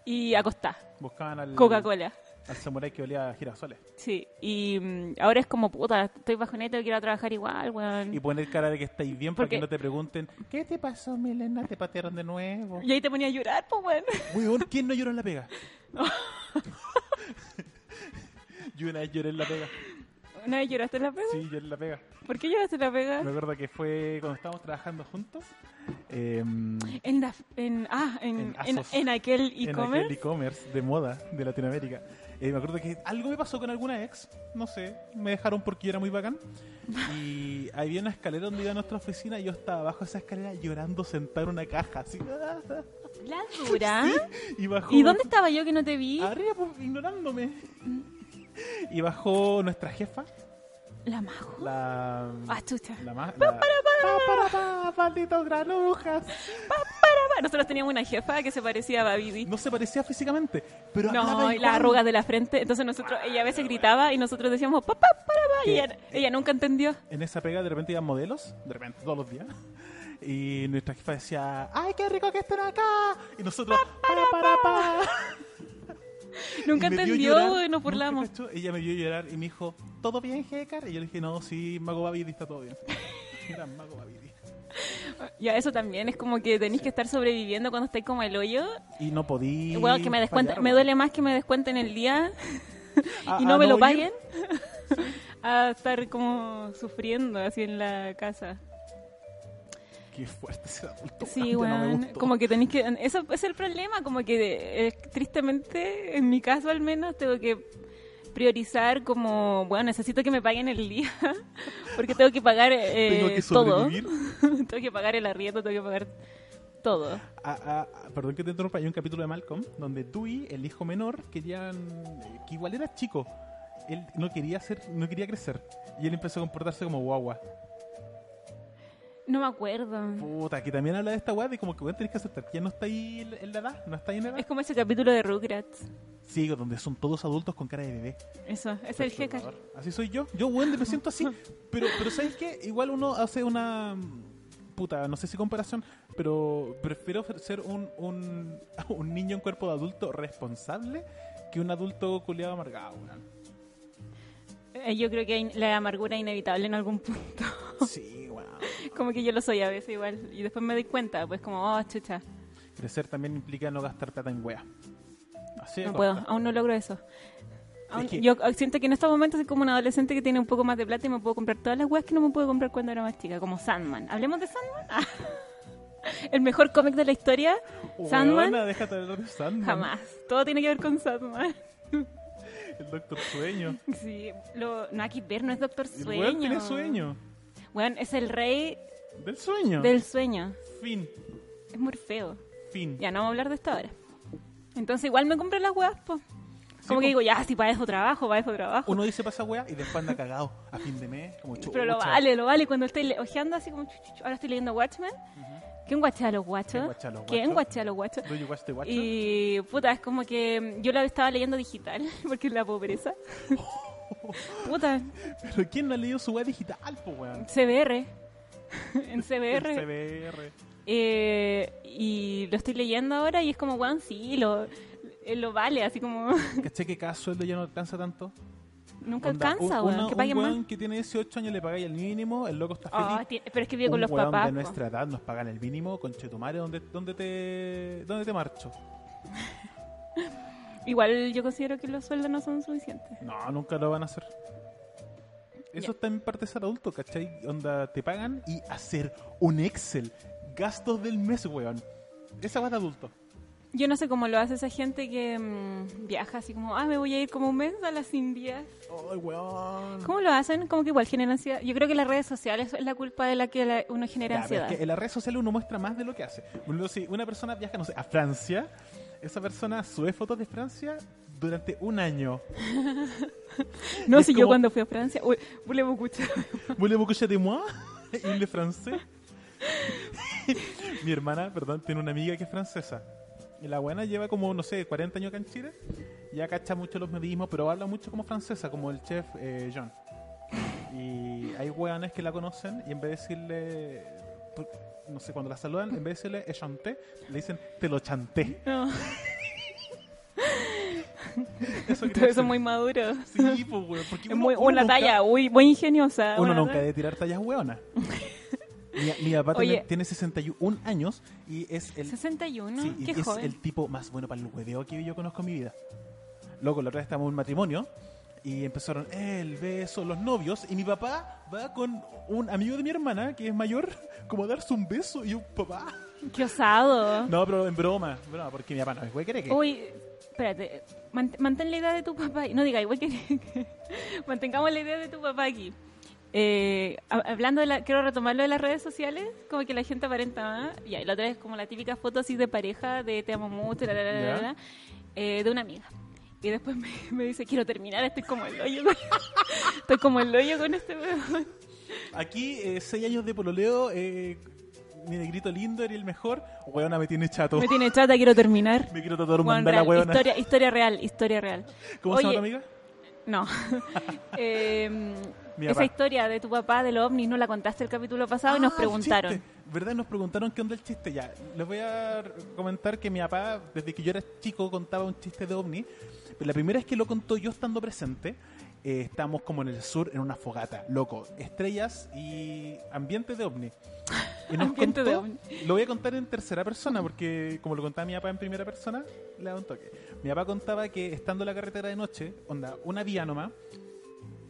y acostada,
Buscaban al,
Coca-Cola.
al samurái que olía a girasoles.
Sí, y mm, ahora es como puta, estoy bajoneta, quiero ir a trabajar igual, weón.
Y poner cara de que estáis bien para que
Porque-
no te pregunten ¿Qué te pasó, Milena? ¿Te patearon de nuevo?
Y ahí te ponía a llorar, pues, weón.
Weón, ¿quién no lloró en la pega? Yo una vez lloré en la pega.
¿Una vez lloraste en la pega?
Sí, lloré en la pega.
¿Por qué lloraste en la pega?
Me acuerdo que fue cuando estábamos trabajando juntos. eh,
En, la, en, ah, en,
En
en,
Asos.
en aquel
En aquel
e-commerce.
e-commerce de moda de Latinoamérica. Eh, me acuerdo que algo me pasó con alguna ex, no sé, me dejaron porque yo era muy bacán. Y había una escalera donde iba nuestra oficina y yo estaba abajo de esa escalera llorando sentar una caja así.
La dura.
Y bajó.
¿Y dónde estaba yo que no te vi?
Arriba, pues, ignorándome. Y bajó nuestra jefa,
La majo.
la.
Ah, chucha.
La más. La... Pa, para, pa, malditos granujas.
Bueno, Ah, Nosotros teníamos una jefa que se parecía a Babidi.
No se parecía físicamente, pero
No,
hablaba
y las
igual.
arrugas de la frente. Entonces nosotros, ella a veces gritaba y nosotros decíamos, papá, para, para. Y
¿Qué?
ella, ella nunca entendió.
en esa pega de repente iban modelos, de repente, todos los días. Y nuestra jefa decía, ¡ay, qué rico que estén acá! Y nosotros, ¡para, para, para!
Nunca
Y me vio
entendió,
llorar,
güey, nos
nunca
burlamos.
cachó. Ella me vio llorar y me dijo, ¿todo bien, Hecar? Y yo le dije, no, sí, Mago Babidi está todo bien. Era Mago Babidi.
Ya, eso también es como que tenéis que estar sobreviviendo cuando estáis como el hoyo.
Y no podí.
Bueno, que me descuenta,
fallar,
me
weón.
duele más que me descuenten el día
A-
y
a
no me lo
huir.
paguen a estar como sufriendo así en la casa.
Qué fuerte ese adulto.
Sí,
weón, ya no me
weón.
gustó.
como que tenéis que... Eso es el problema, como que eh, tristemente, en mi caso al menos, tengo que priorizar como, bueno, necesito que me paguen el día, porque tengo que pagar eh,
Tengo que
todo.
sobrevivir.
tengo que pagar el arriendo, tengo que pagar todo.
A- a- a- perdón que te interrumpa, hay un capítulo de Malcolm donde Dewey, el hijo menor, querían, eh, que igual era chico, él no quería ser, no quería crecer y él empezó a comportarse como guagua.
No me acuerdo.
Puta, que también habla de esta guagua de como que bueno, tenés que aceptar que ya no está ahí en- en la edad, no está ahí en la
Es
edad.
como ese capítulo de Rugrats.
Sí, donde son todos adultos con cara de bebé.
Eso, es el jeca.
Así soy yo. Yo, weón, me siento así. Pero, pero ¿sabes qué? Igual uno hace una. mm, Puta, no sé si comparación, pero prefiero ser un, un, un niño en cuerpo de adulto responsable que un adulto culiado amargado, weón.
Eh, Yo creo que hay- la amargura es inevitable en algún punto.
Sí, weón.
como que yo lo soy a veces igual. Y después me doy cuenta, pues como, oh, chucha,
Crecer también implica no gastar plata en wea. Así de
no
corta.
puedo, aún no logro eso. Aún-
que-
Yo ah, siento que en estos momentos soy como una adolescente que tiene un poco más de plata y me puedo comprar todas las weas que no me puedo comprar cuando era más chica, como Sandman. ¿Hablemos de Sandman? Ah. El mejor cómic de la historia, Sandman,
Weona, déjate hablar de Sandman.
jamás. Todo tiene que ver con Sandman.
El Doctor Sueño.
Sí, lo, no hay que ver, no es Doctor
El
Sueño.
weón tiene sueño.
Bueno, es el rey
Del sueño.
del sueño.
Fin.
Es muy feo.
Fin.
Ya no vamos a hablar de esto ahora. Entonces igual me compré las weas, pues. Como
po.
que digo, ya, si para eso trabajo, para eso trabajo.
Uno dice pasa weá y después anda cagado a fin de mes, como chucha.
Pero lo vale, lo vale. Cuando estoy le- ojeando así como, chu, chu, chu, ahora estoy leyendo Watchmen. ¿Quién guachea a los
¿Quién
guachos?
guachea a los
¿Quién
guachos?
guachea a los guachos?
Do you watch the Watcher?
Y puta, es como que mm, yo la estaba leyendo digital, porque es la pobreza. puta,
Pero ¿quién no ha leído su weá digital, po weón?
CBR. en CBR.
El CBR.
Eh, y lo estoy leyendo ahora y es como, weón, sí, lo, eh, lo vale, así como
¿Caché que cada sueldo ya no alcanza tanto?
nunca
Onda,
alcanza,
un-
weón,
una-
que paguen
un
más.
weón que tiene 18 años le pagáis el mínimo, el loco está
Ah,
feliz.
ti- pero es que vive con
Un
los
weón
papás.
de
po.
nuestra edad nos pagan el mínimo, conchetumare, ¿dónde, dónde, te, ¿dónde te marcho?
Igual yo considero que los sueldos no son suficientes.
No, nunca lo van a hacer. Eso
Ya.
está en parte ser adulto, ¿cachai? Onda, te pagan y hacer un Excel. Gastos del mes, weón. Esa weá de adulto.
Yo no sé cómo lo hace esa gente que mm, viaja así como, ah, me voy a ir como un mes a las Indias.
Ay, weón.
¿Cómo lo hacen? Como que igual genera ansiedad. Yo creo que las redes sociales es la culpa de la que la- uno genera
Ya, pero
ansiedad.
es que en las redes sociales uno muestra más de lo que hace. Uno, si una persona viaja, no sé, a Francia, esa persona sube fotos de Francia durante un año.
no,
es
si yo
como-
cuando fui a Francia, uy, voulez vous coucher?
Voulez-vous coucher de moi? Il est français. Mi hermana, perdón, tiene una amiga que es francesa. Y la buena lleva como, no sé, 40 años acá en Chile. Ya cacha mucho los modismos, pero habla mucho como francesa, como el chef eh, John. Y hay weones que la conocen y en vez de decirle, por- no sé, cuando la saludan, en vez de decirle, "Eh, chanté, le dicen, te lo chanté.
No,
Eso quería
ustedes
decir.
son muy maduros.
Sí, pues, weón, porque
Es
uno-
muy,
uno
una
nunca-
talla, uy, muy ingeniosa.
Uno
una
nunca
talla.
debe tirar tallas hueonas. mi, mi papá tiene-
Oye.
tiene 61 años y es el,
61,
sí, y
qué
es
joven.
el tipo más bueno para el hueveo que yo conozco en mi vida. Loco, la otra vez estábamos en un matrimonio y empezaron el beso, los novios, y mi papá va con un amigo de mi hermana que es mayor, como a darse un beso y un papá.
Qué osado.
No, pero en broma, broma, porque mi papá no es güey, cree que.
Uy, espérate, mant- mantén la idea de tu papá. No diga, igual que mantengamos la idea de tu papá aquí. Eh, ha- hablando de la, quiero retomarlo de las redes sociales, como que la gente aparenta más. Ya, y la otra es como la típica foto así de pareja, de te amo mucho, la, la, la, la,
Ya.
la, eh, de una amiga. Y después me, me dice, quiero terminar, estoy como el hoyo. con- estoy como el hoyo con este weón.
Aquí, eh, seis años de pololeo, eh, mi negrito lindo era el mejor. Hueona me tiene chato.
Me tiene chata, quiero terminar.
Me quiero tatuar un
Weón
mandala,
real,
hueona.
historia, historia real, historia real.
¿Cómo se llama
Oye,
tu amiga?
No. Eh,
Mi
esa
papá.
historia de tu papá de los ovnis no la contaste el capítulo pasado y nos
Ah,
preguntaron.
el chiste. ¿Verdad? Nos preguntaron qué onda el chiste. Ya, les voy a r- comentar que mi papá, desde que yo era chico, contaba un chiste de ovni. Pero la primera vez que lo contó yo estando presente, eh, estábamos como en el sur en una fogata, loco. Estrellas y ambiente de ovni. Y nos
Ambiente de
contó-
ovni.
Lo voy a contar en tercera persona porque como lo contaba mi papá en primera persona, le da un toque. Mi papá contaba que estando en la carretera de noche, onda, una vía nomás,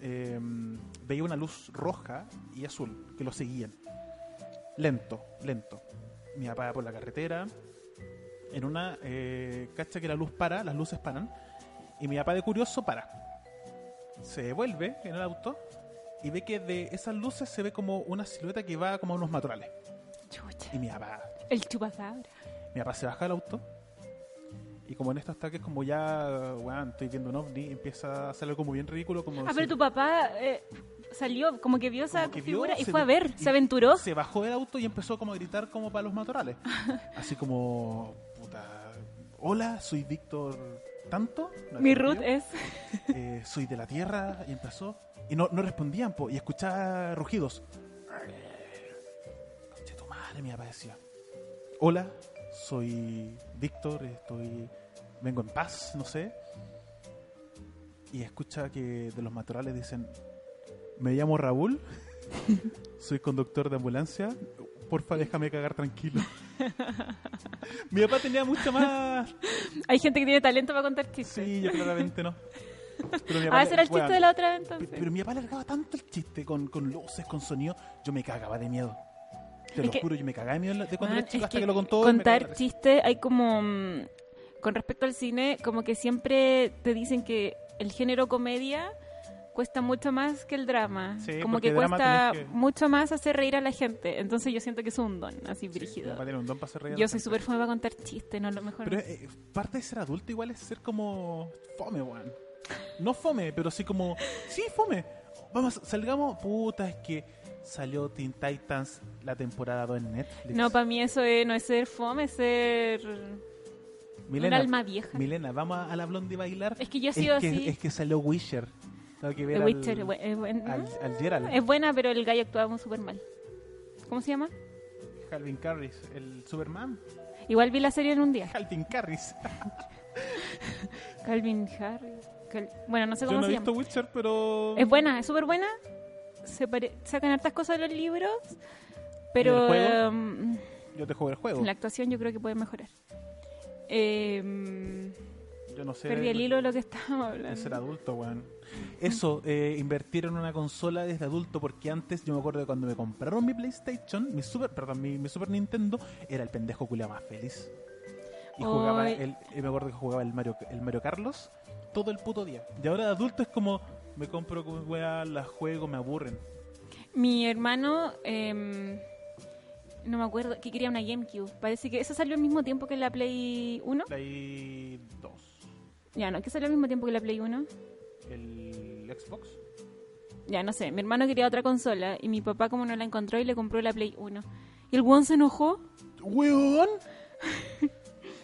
eh, veía una luz roja y azul que lo seguían. Lento, lento. Mi papá por la carretera. En una eh, cacha que la luz para, las luces paran. Y mi papá de curioso para. se devuelve en el auto y ve que de esas luces se ve como una silueta que va como a unos matorrales.
Chucha.
Y mi papá,
El chupacabra.
mi papá se baja del auto y como en estos ataques como ya, weón, estoy viendo un ovni, empieza a salir como bien ridículo. Como
Ah, pero
si-
tu papá eh, salió, como que vio esa
Oh, como que vio,
figura y
se
fue a
me-
ver,
y
se aventuró.
Se bajó del auto y empezó como a gritar como para los matorrales. Así como, puta, hola, soy Víctor tanto. no
Mi
había
Ruth
entendido,
es.
eh, soy de la tierra y empezó. Y no, no respondían, po, y escuchaba rugidos. Conche tu madre, mi papá decía. Hola, soy Víctor, estoy, vengo en paz, no sé. Y escucha que de los matorrales dicen, me llamo Raúl, soy conductor de ambulancia, porfa déjame cagar tranquilo. mi papá tenía mucho más...
Hay gente que tiene talento para contar chistes.
Sí, yo claramente no. Pero mi papá
ah, ese
le-
era el chiste
weón,
de la otra vez
pe-
entonces.
Pero mi papá alargaba tanto el chiste con, con luces, con sonido, yo me cagaba de miedo. Te
Es
lo
que-
juro, yo me cagaba de miedo de cuando
Weón,
era chico
es
hasta que, lo contó. y me cagué de
Contar
risa.
chistes, hay como. mm, Con respecto al cine, como que siempre te dicen que el género comedia cuesta mucho más que el drama.
Sí,
como
porque
que
el drama
cuesta
tenés que-
mucho más hacer reír a la gente. Entonces yo siento que es un don, así
Sí, mi
brígido.
papá tiene un don para hacer reír a la
yo soy
gente.
súper fan para contar chistes, no lo mejor.
Pero eh, parte de ser adulto igual es ser como fome, weón. No fome, pero sí como, sí, fome. Vamos, salgamos, puta, es que salió Teen Titans la temporada 2 en Netflix.
No, para mí eso es- no es ser fome, es ser
Milena,
un alma vieja.
Milena, vamos a, a la blondie a bailar.
Es que yo he sido
es que,
así.
Es que salió Witcher. Tengo que ver
The
al-
Witcher es bu- es, buen-
al,
mm,
al Geralt,
es buena, pero el gallo actuaba súper mal. ¿Cómo se llama?
Calvin Harris, el Superman.
Igual vi la serie en un día.
Calvin Harris.
Calvin Harris. Cal- Bueno, no sé
Yo
cómo
no he
se
visto
llama.
Witcher, pero.
Es buena, es súper buena. Se pare- Sacan hartas cosas de los libros,
¿Y del
pero
juego?
em,
Yo te juego el juego.
en la actuación yo creo que puede mejorar. Em,
Yo no sé.
perdí el hilo de lo que estábamos
de ser
hablando.
adulto, weón. Eso, eh, invertir en una consola desde adulto, porque antes yo me acuerdo de cuando me compraron mi PlayStation, mi Super, perdón, mi, mi Super Nintendo, era el pendejo culiao más feliz. Y jugaba
Ay.
el, y me acuerdo que jugaba el Mario, el Mario Carlos todo el puto día. Y ahora de adulto es como, me compro weá, las juego, me aburren.
Mi hermano, em, no me acuerdo, que quería una GameCube. Parece que eso salió al mismo tiempo que la Play 1.
Play 2.
Ya, no, que salió al mismo tiempo que la Play 1.
El Xbox.
Ya, no sé, mi hermano quería otra consola y mi papá como no la encontró y le compró la Play 1. Y el weón se enojó
¡Weón!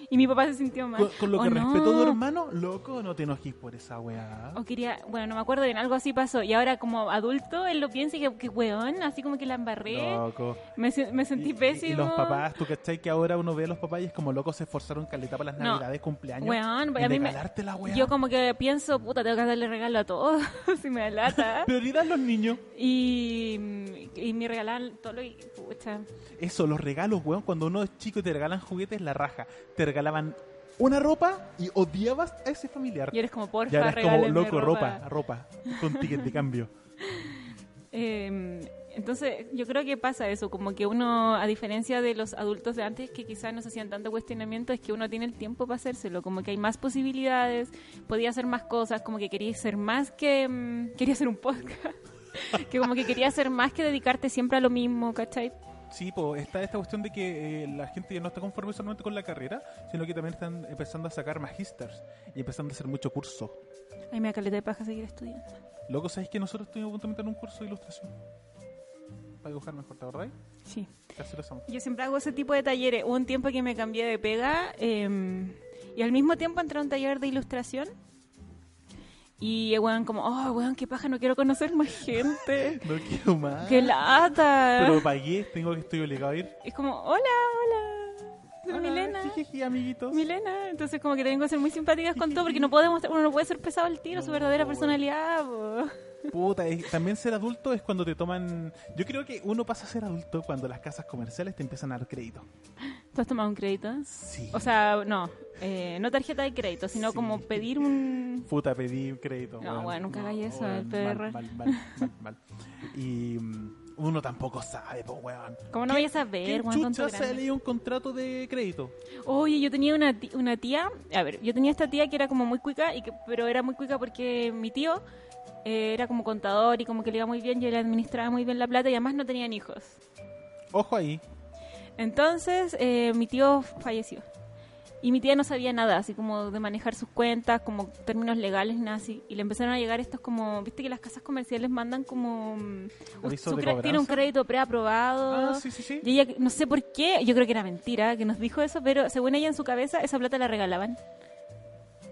y mi papá se sintió mal.
Con, con lo que
Oh, no.
respetó tu hermano, loco, no te enojís por esa weá.
O quería, bueno, no me acuerdo bien, algo así pasó. Y ahora como adulto, él lo piensa y que, que weón, así como que la embarré.
Loco.
Me, se- me sentí
Y- y-
pésimo.
Y, los papás, tú cachai que ahora uno ve a los papás y es como locos se esforzaron caleta para las
No.
navidades, cumpleaños.
Weón,
y
a mí me-
regalarte la weá.
Yo como que pienso, puta, tengo que darle regalo a todos si me da lata.
Prioridad a los niños.
y, y me regalaban todo lo que... pucha.
Eso, los regalos, weón. Cuando uno es chico y te regalan juguetes, la raja. Te regalaban una ropa y odiabas a ese familiar.
Y eres como,
Ya
porfa,
eras como
regálenme
loco,
ropa.
ropa, ropa. Con ticket de cambio.
Eh, entonces, yo creo que pasa eso, como que uno, a diferencia de los adultos de antes que quizás no se hacían tanto cuestionamiento, es que uno tiene el tiempo para hacérselo, como que hay más posibilidades, podía hacer más cosas, como que quería ser más que... mm, quería hacer un podcast, que como que quería hacer más que dedicarte siempre a lo mismo, ¿cachai?
Sí, pues está esta cuestión de que eh, la gente ya no está conforme solamente con la carrera, sino que también están empezando a sacar magisters y empezando a hacer mucho curso.
Ay, me da caleta de paja seguir estudiando.
Loco, ¿sabes que nosotros estuvimos juntamente en un curso de ilustración? Para dibujar mejor, ¿te acordáis?
Sí.
Casi lo hacemos.
Yo siempre hago ese tipo de talleres. Hubo un tiempo que me cambié de pega eh, y al mismo tiempo entré a un taller de ilustración. Y el weón como, oh, weón, qué paja, no quiero conocer más gente.
No quiero más.
qué lata.
Pero pagué, tengo que estoy obligado a ir.
Es como, hola, hola. Soy
Hola,
Milena.
jijiji, amiguitos.
Milena. Entonces como que tengo que ser muy simpáticas con todo porque no podemos, uno no puede ser pesado al tiro, su
No,
verdadera
weón.
personalidad. po.
Puta, es- también ser adulto es cuando te toman... Yo creo que uno pasa a ser adulto cuando las casas comerciales te empiezan a dar crédito.
¿Tú has tomado un crédito?
Sí.
O sea, no, eh, no tarjeta de crédito, sino
Sí.
como pedir un...
Puta, pedí crédito.
No,
weón.
bueno, nunca hagáis eso,
weón,
el
mal,
perro.
Mal, mal, mal, mal. Y mm, uno tampoco sabe, pues, weón.
¿Cómo no
¿Qué-
vayas a ver,
¿Quién
weón?
chucha
tonto
se
grande?
leía un contrato de crédito?
Oye, yo tenía una ti- una tía, a ver, yo tenía esta tía que era como muy cuica, y que, pero era muy cuica porque mi tío eh, era como contador y como que le iba muy bien, yo le administraba muy bien la plata y además no tenían hijos.
Ojo ahí.
Entonces, eh, mi tío falleció. Y mi tía no sabía nada, así como de manejar sus cuentas, como términos legales, nada así. Y le empezaron a llegar estos como, viste que las casas comerciales mandan como... mm,
Avisos
su
de
cre- tiene un
cobranza.
crédito preaprobado.
Ah, sí, sí, sí.
Y ella, no sé por qué, yo creo que era mentira que nos dijo eso, pero según ella en su cabeza, esa plata la regalaban.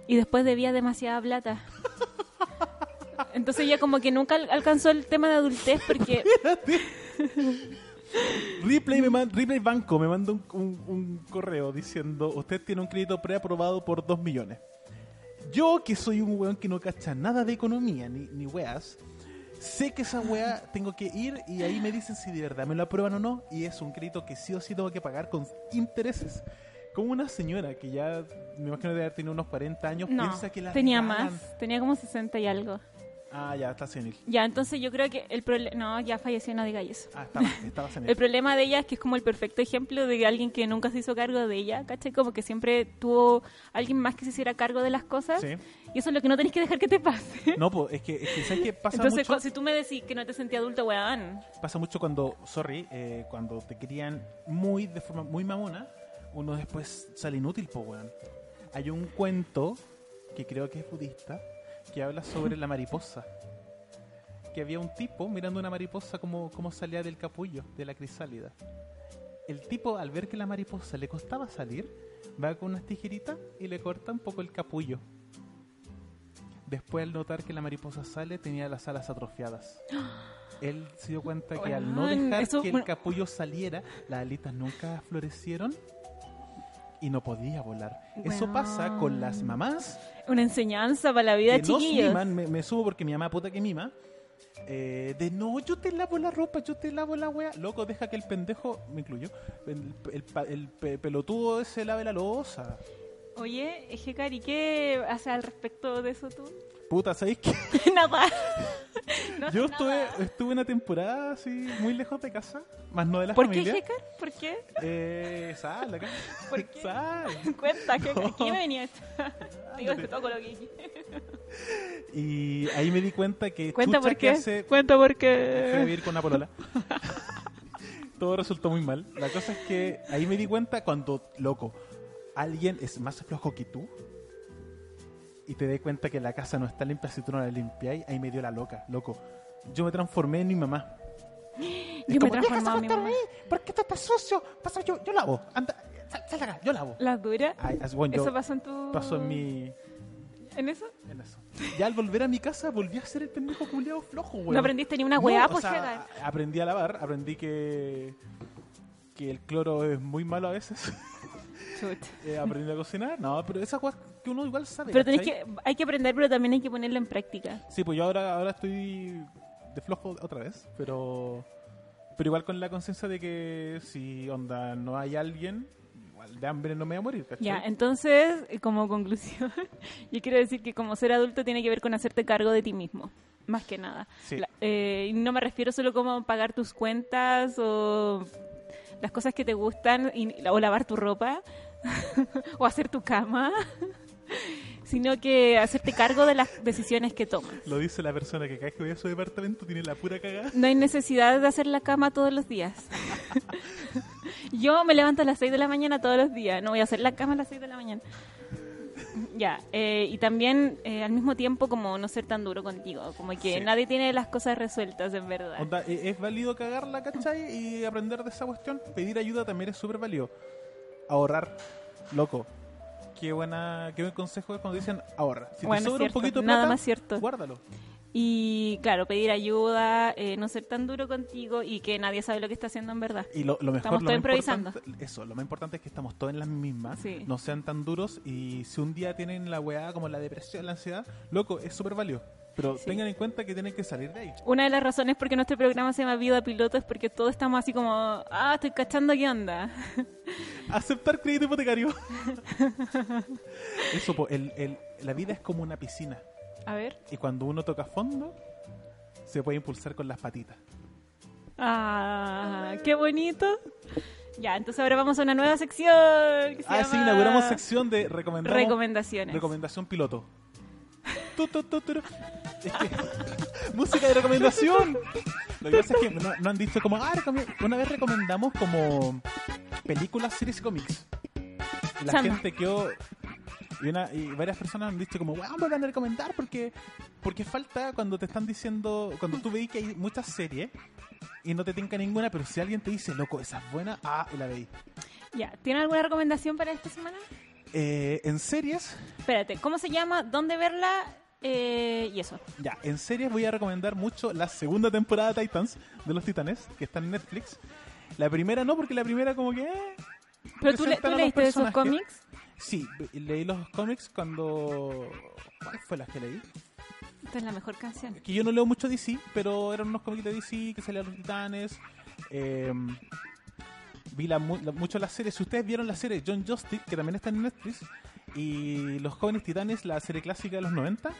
Y después debía demasiada plata. Entonces ella como que nunca al- alcanzó el tema de adultez porque...
Ripley, me man- Ripley Banco me manda un, un- un correo diciendo, usted tiene un crédito preaprobado por 2 millones. Yo, que soy un weón que no cacha nada de economía, ni, ni weas, sé que esa wea tengo que ir y ahí me dicen si de verdad me lo aprueban o no, y es un crédito que sí o sí tengo que pagar con intereses. Como una señora que ya, me imagino de haber tenido unos 40 años,
No,
piensa que la
tenía
regalan.
más, tenía como 60 y algo.
Ah, ya, está senil.
Ya, entonces yo creo que el problema... No, ya falleció, no diga eso.
Ah, estaba, estaba senil.
El problema de ella es que es como el perfecto ejemplo de alguien que nunca se hizo cargo de ella, ¿cachai? Como que siempre tuvo alguien más que se hiciera cargo de las cosas.
Sí.
Y eso es lo que no tenés que dejar que te pase.
No, pues es que, es que ¿sabes qué pasa
Entonces,
mucho?
cu- si tú me decís que no te sentí adulto, weón.
pasa mucho cuando, sorry, eh, cuando te crían muy de forma muy mamona, uno después sale inútil, po weón. Hay un cuento que creo que es budista que habla sobre la mariposa. Que había un tipo mirando una mariposa como, como salía del capullo, de la crisálida. El tipo, al ver que la mariposa le costaba salir, va con unas tijeritas y le corta un poco el capullo. Después, al notar que la mariposa sale, tenía las alas atrofiadas. Él se dio cuenta que al no
Weón,
dejar
eso-
que el
bueno.
capullo saliera, las alitas nunca florecieron y no podía volar. Eso pasa con las mamás
Una enseñanza para la vida,
que nos
chiquillos.
miman, me, me subo porque mi mamá puta que mima. eh, de no, yo te lavo la ropa, yo te lavo la wea. Loco, deja que el pendejo, me incluyo, el, el pa- el pe- pelotudo se lave la losa.
Oye, Ejecari, ¿qué haces al respecto de eso tú?
Puta, ¿sabéis qué?
nada. No
Yo
haces
estuve,
nada.
estuve una temporada así, muy lejos de casa, más no de la
¿Por qué,
familia.
Ejecari? ¿Por qué?
Eh, sal de acá.
¿Por qué?
Sal.
Cuenta, que aquí me venía esto. Digo,
Ándate.
te toco lo que dije.
Y ahí me di cuenta que.
Cuenta
chucha
por
que hace-
qué. Cuenta por
Fui a
qué.
vivir con una polola. Todo resultó muy mal. La cosa es que ahí me di cuenta cuando, loco, alguien es más flojo que tú y te dé cuenta que la casa no está limpia si tú no la limpias, ahí me dio la loca, loco. Yo me transformé en mi mamá.
Yo me
como, "Vieja,
transformaba en mi
sácate
mamá.
de ahí, ¿Por qué esto está sucio? Pasa, yo, yo lavo. Anda, sal, sal de acá, yo lavo.
¿Las duras?
Ay, as- bueno, yo
¿Eso pasó en tu...?
paso en mi...
¿En eso?
en eso. Ya al volver a mi casa volví a ser el pendejo culiado flojo, güey.
No aprendiste ni una weá,
No, o
pues,
sea,
Hegar.
Aprendí a lavar, aprendí que que el cloro es muy malo a veces.
Chuta.
Eh, aprendí a cocinar, no, pero esas cosas que uno igual sabe.
Pero tenés
¿cachai?
que, hay que aprender, pero también hay que ponerlo en práctica.
Sí, pues yo ahora, ahora estoy de flojo otra vez, pero pero igual con la conciencia de que si onda no hay alguien, igual de hambre no me voy a morir, ¿cachai?
Ya, entonces, eh, como conclusión, yo quiero decir que como ser adulto tiene que ver con hacerte cargo de ti mismo, más que nada.
Sí.
La- eh, y no me refiero solo como a pagar tus cuentas o las cosas que te gustan y- o lavar tu ropa o hacer tu cama, sino que hacerte cargo de las decisiones que tomas.
Lo dice la persona que cada vez que voy a su departamento tiene la pura cagada.
No hay necesidad de hacer la cama todos los días. Yo me levanto a las 6 de la mañana todos los días. No voy a hacer la cama a las 6 de la mañana. Ya, eh, y también eh, al mismo tiempo como no ser tan duro contigo, como que
Sí.
nadie tiene las cosas resueltas en verdad.
Onda, e- es válido cagarla, ¿cachai? Y aprender de esa cuestión. Pedir ayuda también es súper válido. Ahorrar, loco. Qué, buena, qué buen consejo es cuando dicen ahorra. Si
Bueno,
te
es
sobra
cierto.
un poquito de
Nada
plata,
más cierto.
guárdalo.
Y claro, pedir ayuda, eh, no ser tan duro contigo y que nadie sabe lo que está haciendo en verdad.
Y lo, lo mejor,
Estamos
lo
todos
más
improvisando.
importante- Eso, lo más importante es que estamos todos en las mismas.
Sí.
No sean tan duros. Y si un día tienen la weá como la depresión, la ansiedad, loco, es súper válido. Pero
Sí.
tengan en cuenta que tienen que salir de ahí.
Una de las razones por qué nuestro programa se llama Vida Piloto es porque todos estamos así como, ah, estoy cachando qué onda.
Aceptar crédito hipotecario. eso, po, el- el- la vida es como una piscina.
A ver.
Y cuando uno toca fondo, se puede impulsar con las patitas.
Ah, qué bonito. Ya, entonces ahora vamos a una nueva sección. que se
Ah, sí,
llama
inauguramos sección de recomendamos-
Recomendaciones.
recomendación piloto. Tu, tu, tu, tu, tu. Es que- música de recomendación. Lo que pasa es que no, no han dicho como, ah, recome- una vez recomendamos como películas, series y cómics. Y La
Samba.
gente quedó... Y, una- y varias personas han dicho como, wow, me van a recomendar porque, porque falta cuando te están diciendo, cuando tú veis que hay muchas series y no te tinca ninguna, pero si alguien te dice, loco, esa es buena, ah, y la veí.
Ya, ¿tiene alguna recomendación para esta semana?
Eh, en series,
Espérate, ¿cómo se llama? ¿Dónde verla? Eh, y eso.
ya, en series voy a recomendar mucho la segunda temporada de Titans, de los Titanes, que está en Netflix. La primera no, porque la primera como que... eh,
¿Pero tú, le-
presentan
tú
a los
leíste esos
personajes.
cómics?
Sí, ve- leí los cómics cuando... ¿Cuál fue la que leí?
Esta es la mejor canción.
Que yo no leo mucho DC, pero eran unos cómics de DC que salían los Titanes. eh, vi la mu- la- mucho las series. Si ustedes vieron la serie John Justice, que también está en Netflix, y Los Jóvenes Titanes, la serie clásica de los 90,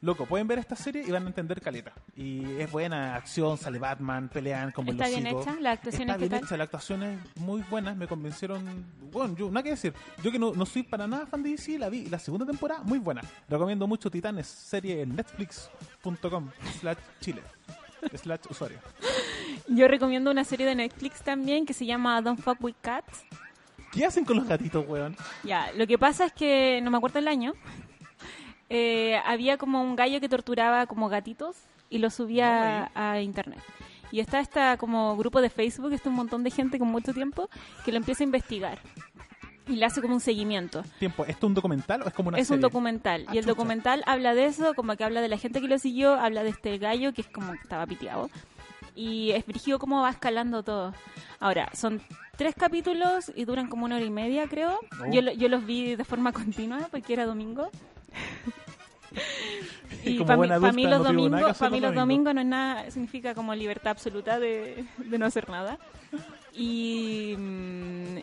loco, pueden ver esta serie y van a entender caleta. Y es buena, acción, sale Batman, pelean como
¿Está
los
bien
chicos.
hecha? ¿Las actuaciones
Está
qué
bien
tal?
hecha, las actuaciones muy buenas, me convencieron. Bueno, yo, nada que decir. Yo que no, no soy para nada fan de DC, la vi la segunda temporada, muy buena. Recomiendo mucho Titanes, serie en netflix.com, slash chile, slash usuario.
Yo recomiendo una serie de Netflix también que se llama Don't Fuck With Cats.
¿Qué hacen con los gatitos, weón?
Ya, lo que pasa es que, no me acuerdo el año, eh, había como un gallo que torturaba como gatitos y lo subía a internet. Y está esta como grupo de Facebook, está un montón de gente con mucho tiempo que lo empieza a investigar y le hace como un seguimiento.
Tiempo, ¿esto es un documental o es como una
es un
serie?
documental
Ah,
y el
chucha.
documental habla de eso, como que habla de la gente que lo siguió, habla de este gallo que es como que estaba piteado y es brígido cómo va escalando todo. Ahora, son tres capítulos y duran como una hora y media, creo.
Oh.
Yo, lo- yo los vi de forma continua porque era domingo.
Y
Y
como
para mí,
buena
pa' mí los
adulta no tengo nada que
domingos,
hacer
pa' mí
los
los domingos no es nada, significa como libertad absoluta de, de no hacer nada. Y mm,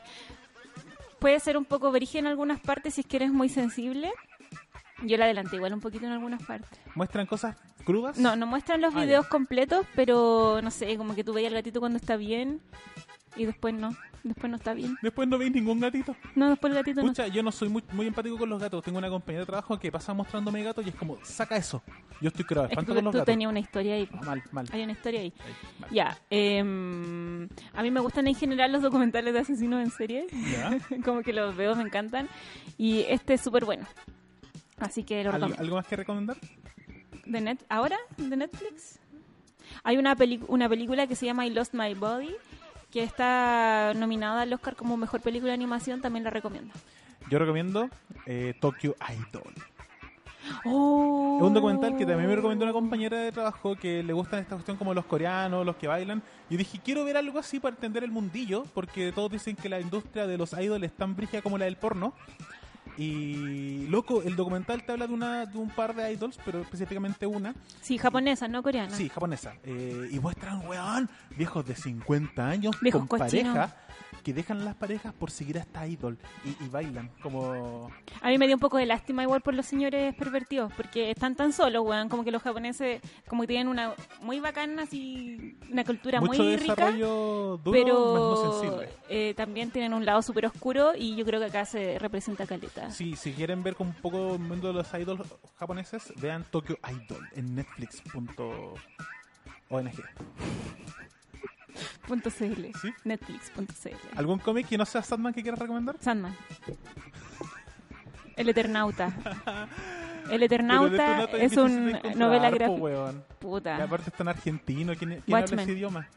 puede ser un poco verige en algunas partes si es que eres muy sensible. Yo la adelanté igual un poquito en algunas partes.
¿Muestran cosas crudas?
No, no muestran los
Ah, ya.
videos completos, pero no sé, como que tú veías al gatito cuando está bien y después no, después no está bien.
Después no veis ningún gatito.
No, después el gatito no
Pucha, yo no soy muy, muy empático con los gatos. Tengo una compañera de trabajo que pasa mostrándome gatos y es como, saca eso. Yo estoy curado,
Es que
espanto con los
tú
gatos.
tenías una historia ahí.
Ah, mal, mal.
Hay una historia ahí.
Ay, mal.
Ya, em, a mí me gustan en general los documentales de asesinos en serie,
Ya.
como que los veo, me encantan, y este es súper bueno. Así que lo
¿Al-
recomiendo.
¿Algo más que recomendar?
De net ¿Ahora? ¿De Netflix? Hay una, peli- una película que se llama I Lost My Body, que está nominada al Oscar como Mejor Película de Animación, también la recomiendo.
Yo recomiendo eh, Tokyo Idol.
Oh.
Es un documental que también me recomendó una compañera de trabajo que le gustan esta cuestión como los coreanos, los que bailan. Yo dije, quiero ver algo así para entender el mundillo, porque todos dicen que la industria de los idols es tan brígida como la del porno. Y, loco, el documental te habla de, una, de un par de idols, pero específicamente una,
Sí, japonesa, no coreana.
Sí, japonesa. Eh, y muestran, weón, viejos de 50 años
Viejos
con
cochinos.
pareja que dejan a las parejas por seguir a esta idol y, y bailan como...
A mí me dio un poco de lástima igual por los señores pervertidos, porque están tan solos, weón, como que los japoneses como que tienen una muy bacana, así, una cultura
Mucho
muy rica,
desarrollo duro, más no
pero
sensible.
eh, también tienen un lado súper oscuro y yo creo que acá se representa caleta.
Sí, si quieren ver con un poco el mundo de los idols japoneses, vean Tokyo Idol en netflix.org.
Punto .cl,
¿Sí?
Netflix.cl.
¿Algún cómic que no sea Sandman que quieras recomendar?
Sandman. El Eternauta. El
Pero
Eternauta
Detonauta
es
difícil de
una
encontrar,
novela
po,
gráfica.
weón. Y
Puta.
aparte está en argentino, ¿quién, quién habla
Watchmen.
ese idioma?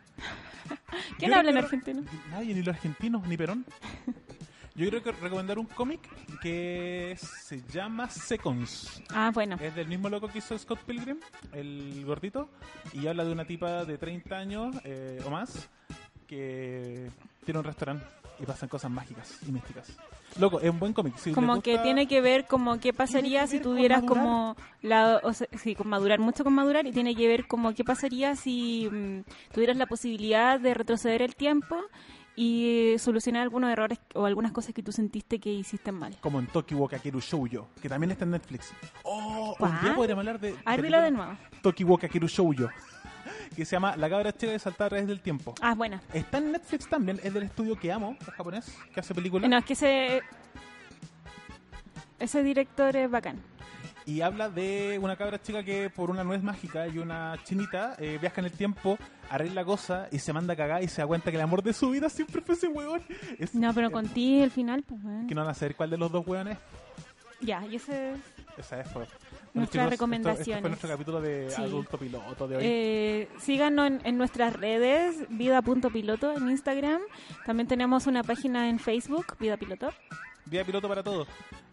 ¿Quién
Yo
habla en
creo que-
argentino?
Nadie, ni los argentinos, ni Perón. Yo creo que recomendar un cómic que se llama Seconds.
Ah, bueno.
Es del mismo loco que hizo Scott Pilgrim, el gordito, y habla de una tipa de 30 años eh, o más que tiene un restaurante y pasan cosas mágicas y místicas. Loco, es un buen cómic. Si
como
les
que
gusta-
tiene que ver como qué
que
pasaría si
ver con
tuvieras
madurar.
como la o sea, sí, con madurar mucho con madurar y tiene que ver como qué pasaría si mm, tuvieras la posibilidad de retroceder el tiempo y eh, solucionar algunos errores o algunas cosas que tú sentiste que hiciste mal.
Como en Tokiwo Kakeru Shoujo, que también está en Netflix. ¡Oh! Un
¿Cuál?
día podríamos hablar de...
A ver, dilo de
películas-
nuevo.
Tokiwo Kakeru Shoujo. que se llama La cabra chica que saltaba a través del tiempo.
Ah, buena.
Está en Netflix también, es del estudio que amo, es japonés, que hace películas.
No, es que ese. Ese director es bacán.
Y habla de una cabra chica que por una nuez mágica y una chinita eh, viaja en el tiempo, arregla cosas y se manda a cagar y se da cuenta que el amor de su vida siempre fue ese hueón. Es-
No, pero con ti el final, pues, weón.
Que no van a saber cuál de los dos hueones.
Ya, y ese.
Esa es, pues.
Nuestras
Bueno, esto- Esto,
recomendaciones.
fue nuestro capítulo de
Sí.
Adulto Piloto de hoy.
Eh, síganos en, en nuestras redes, vida.piloto en Instagram. También tenemos una página en Facebook, Vida Piloto.
Vida Piloto para todos.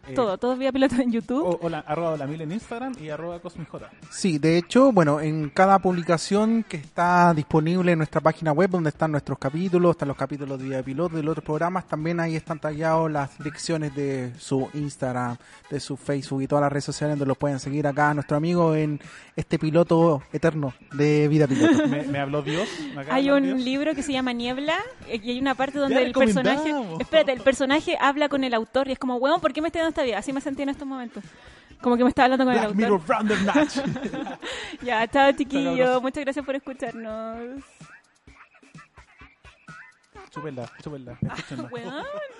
Eh, Oh,
Todo, todo es Vida Piloto en YouTube.
o- hola, arroba hola mil en Instagram y arroba cosmijota.
Sí, de hecho, bueno, en cada publicación que está disponible en nuestra página web, donde están nuestros capítulos, están los capítulos de Vida de Piloto y los otros programas, también ahí están tallados las direcciones de su Instagram, de su Facebook y todas las redes sociales donde los pueden seguir acá nuestro amigo en este piloto eterno de Vida Piloto.
Me, me habló Dios. me acaba de
Hay
hablar
un
Dios.
libro que se llama Niebla eh, y hay una parte donde
Ya
el personaje,
recomendamos.
espérate, el personaje habla con el autor y es como, weón, ¿por qué me estoy dando esta vida? Así me sentí en estos momentos. Como que me estaba hablando con el
Black
autor.
Mirror Random Match.
Ya, chao chiquillo,
cabros.
muchas gracias por escucharnos.
chúpenla, chúpenla. Escúchenla.
Weón.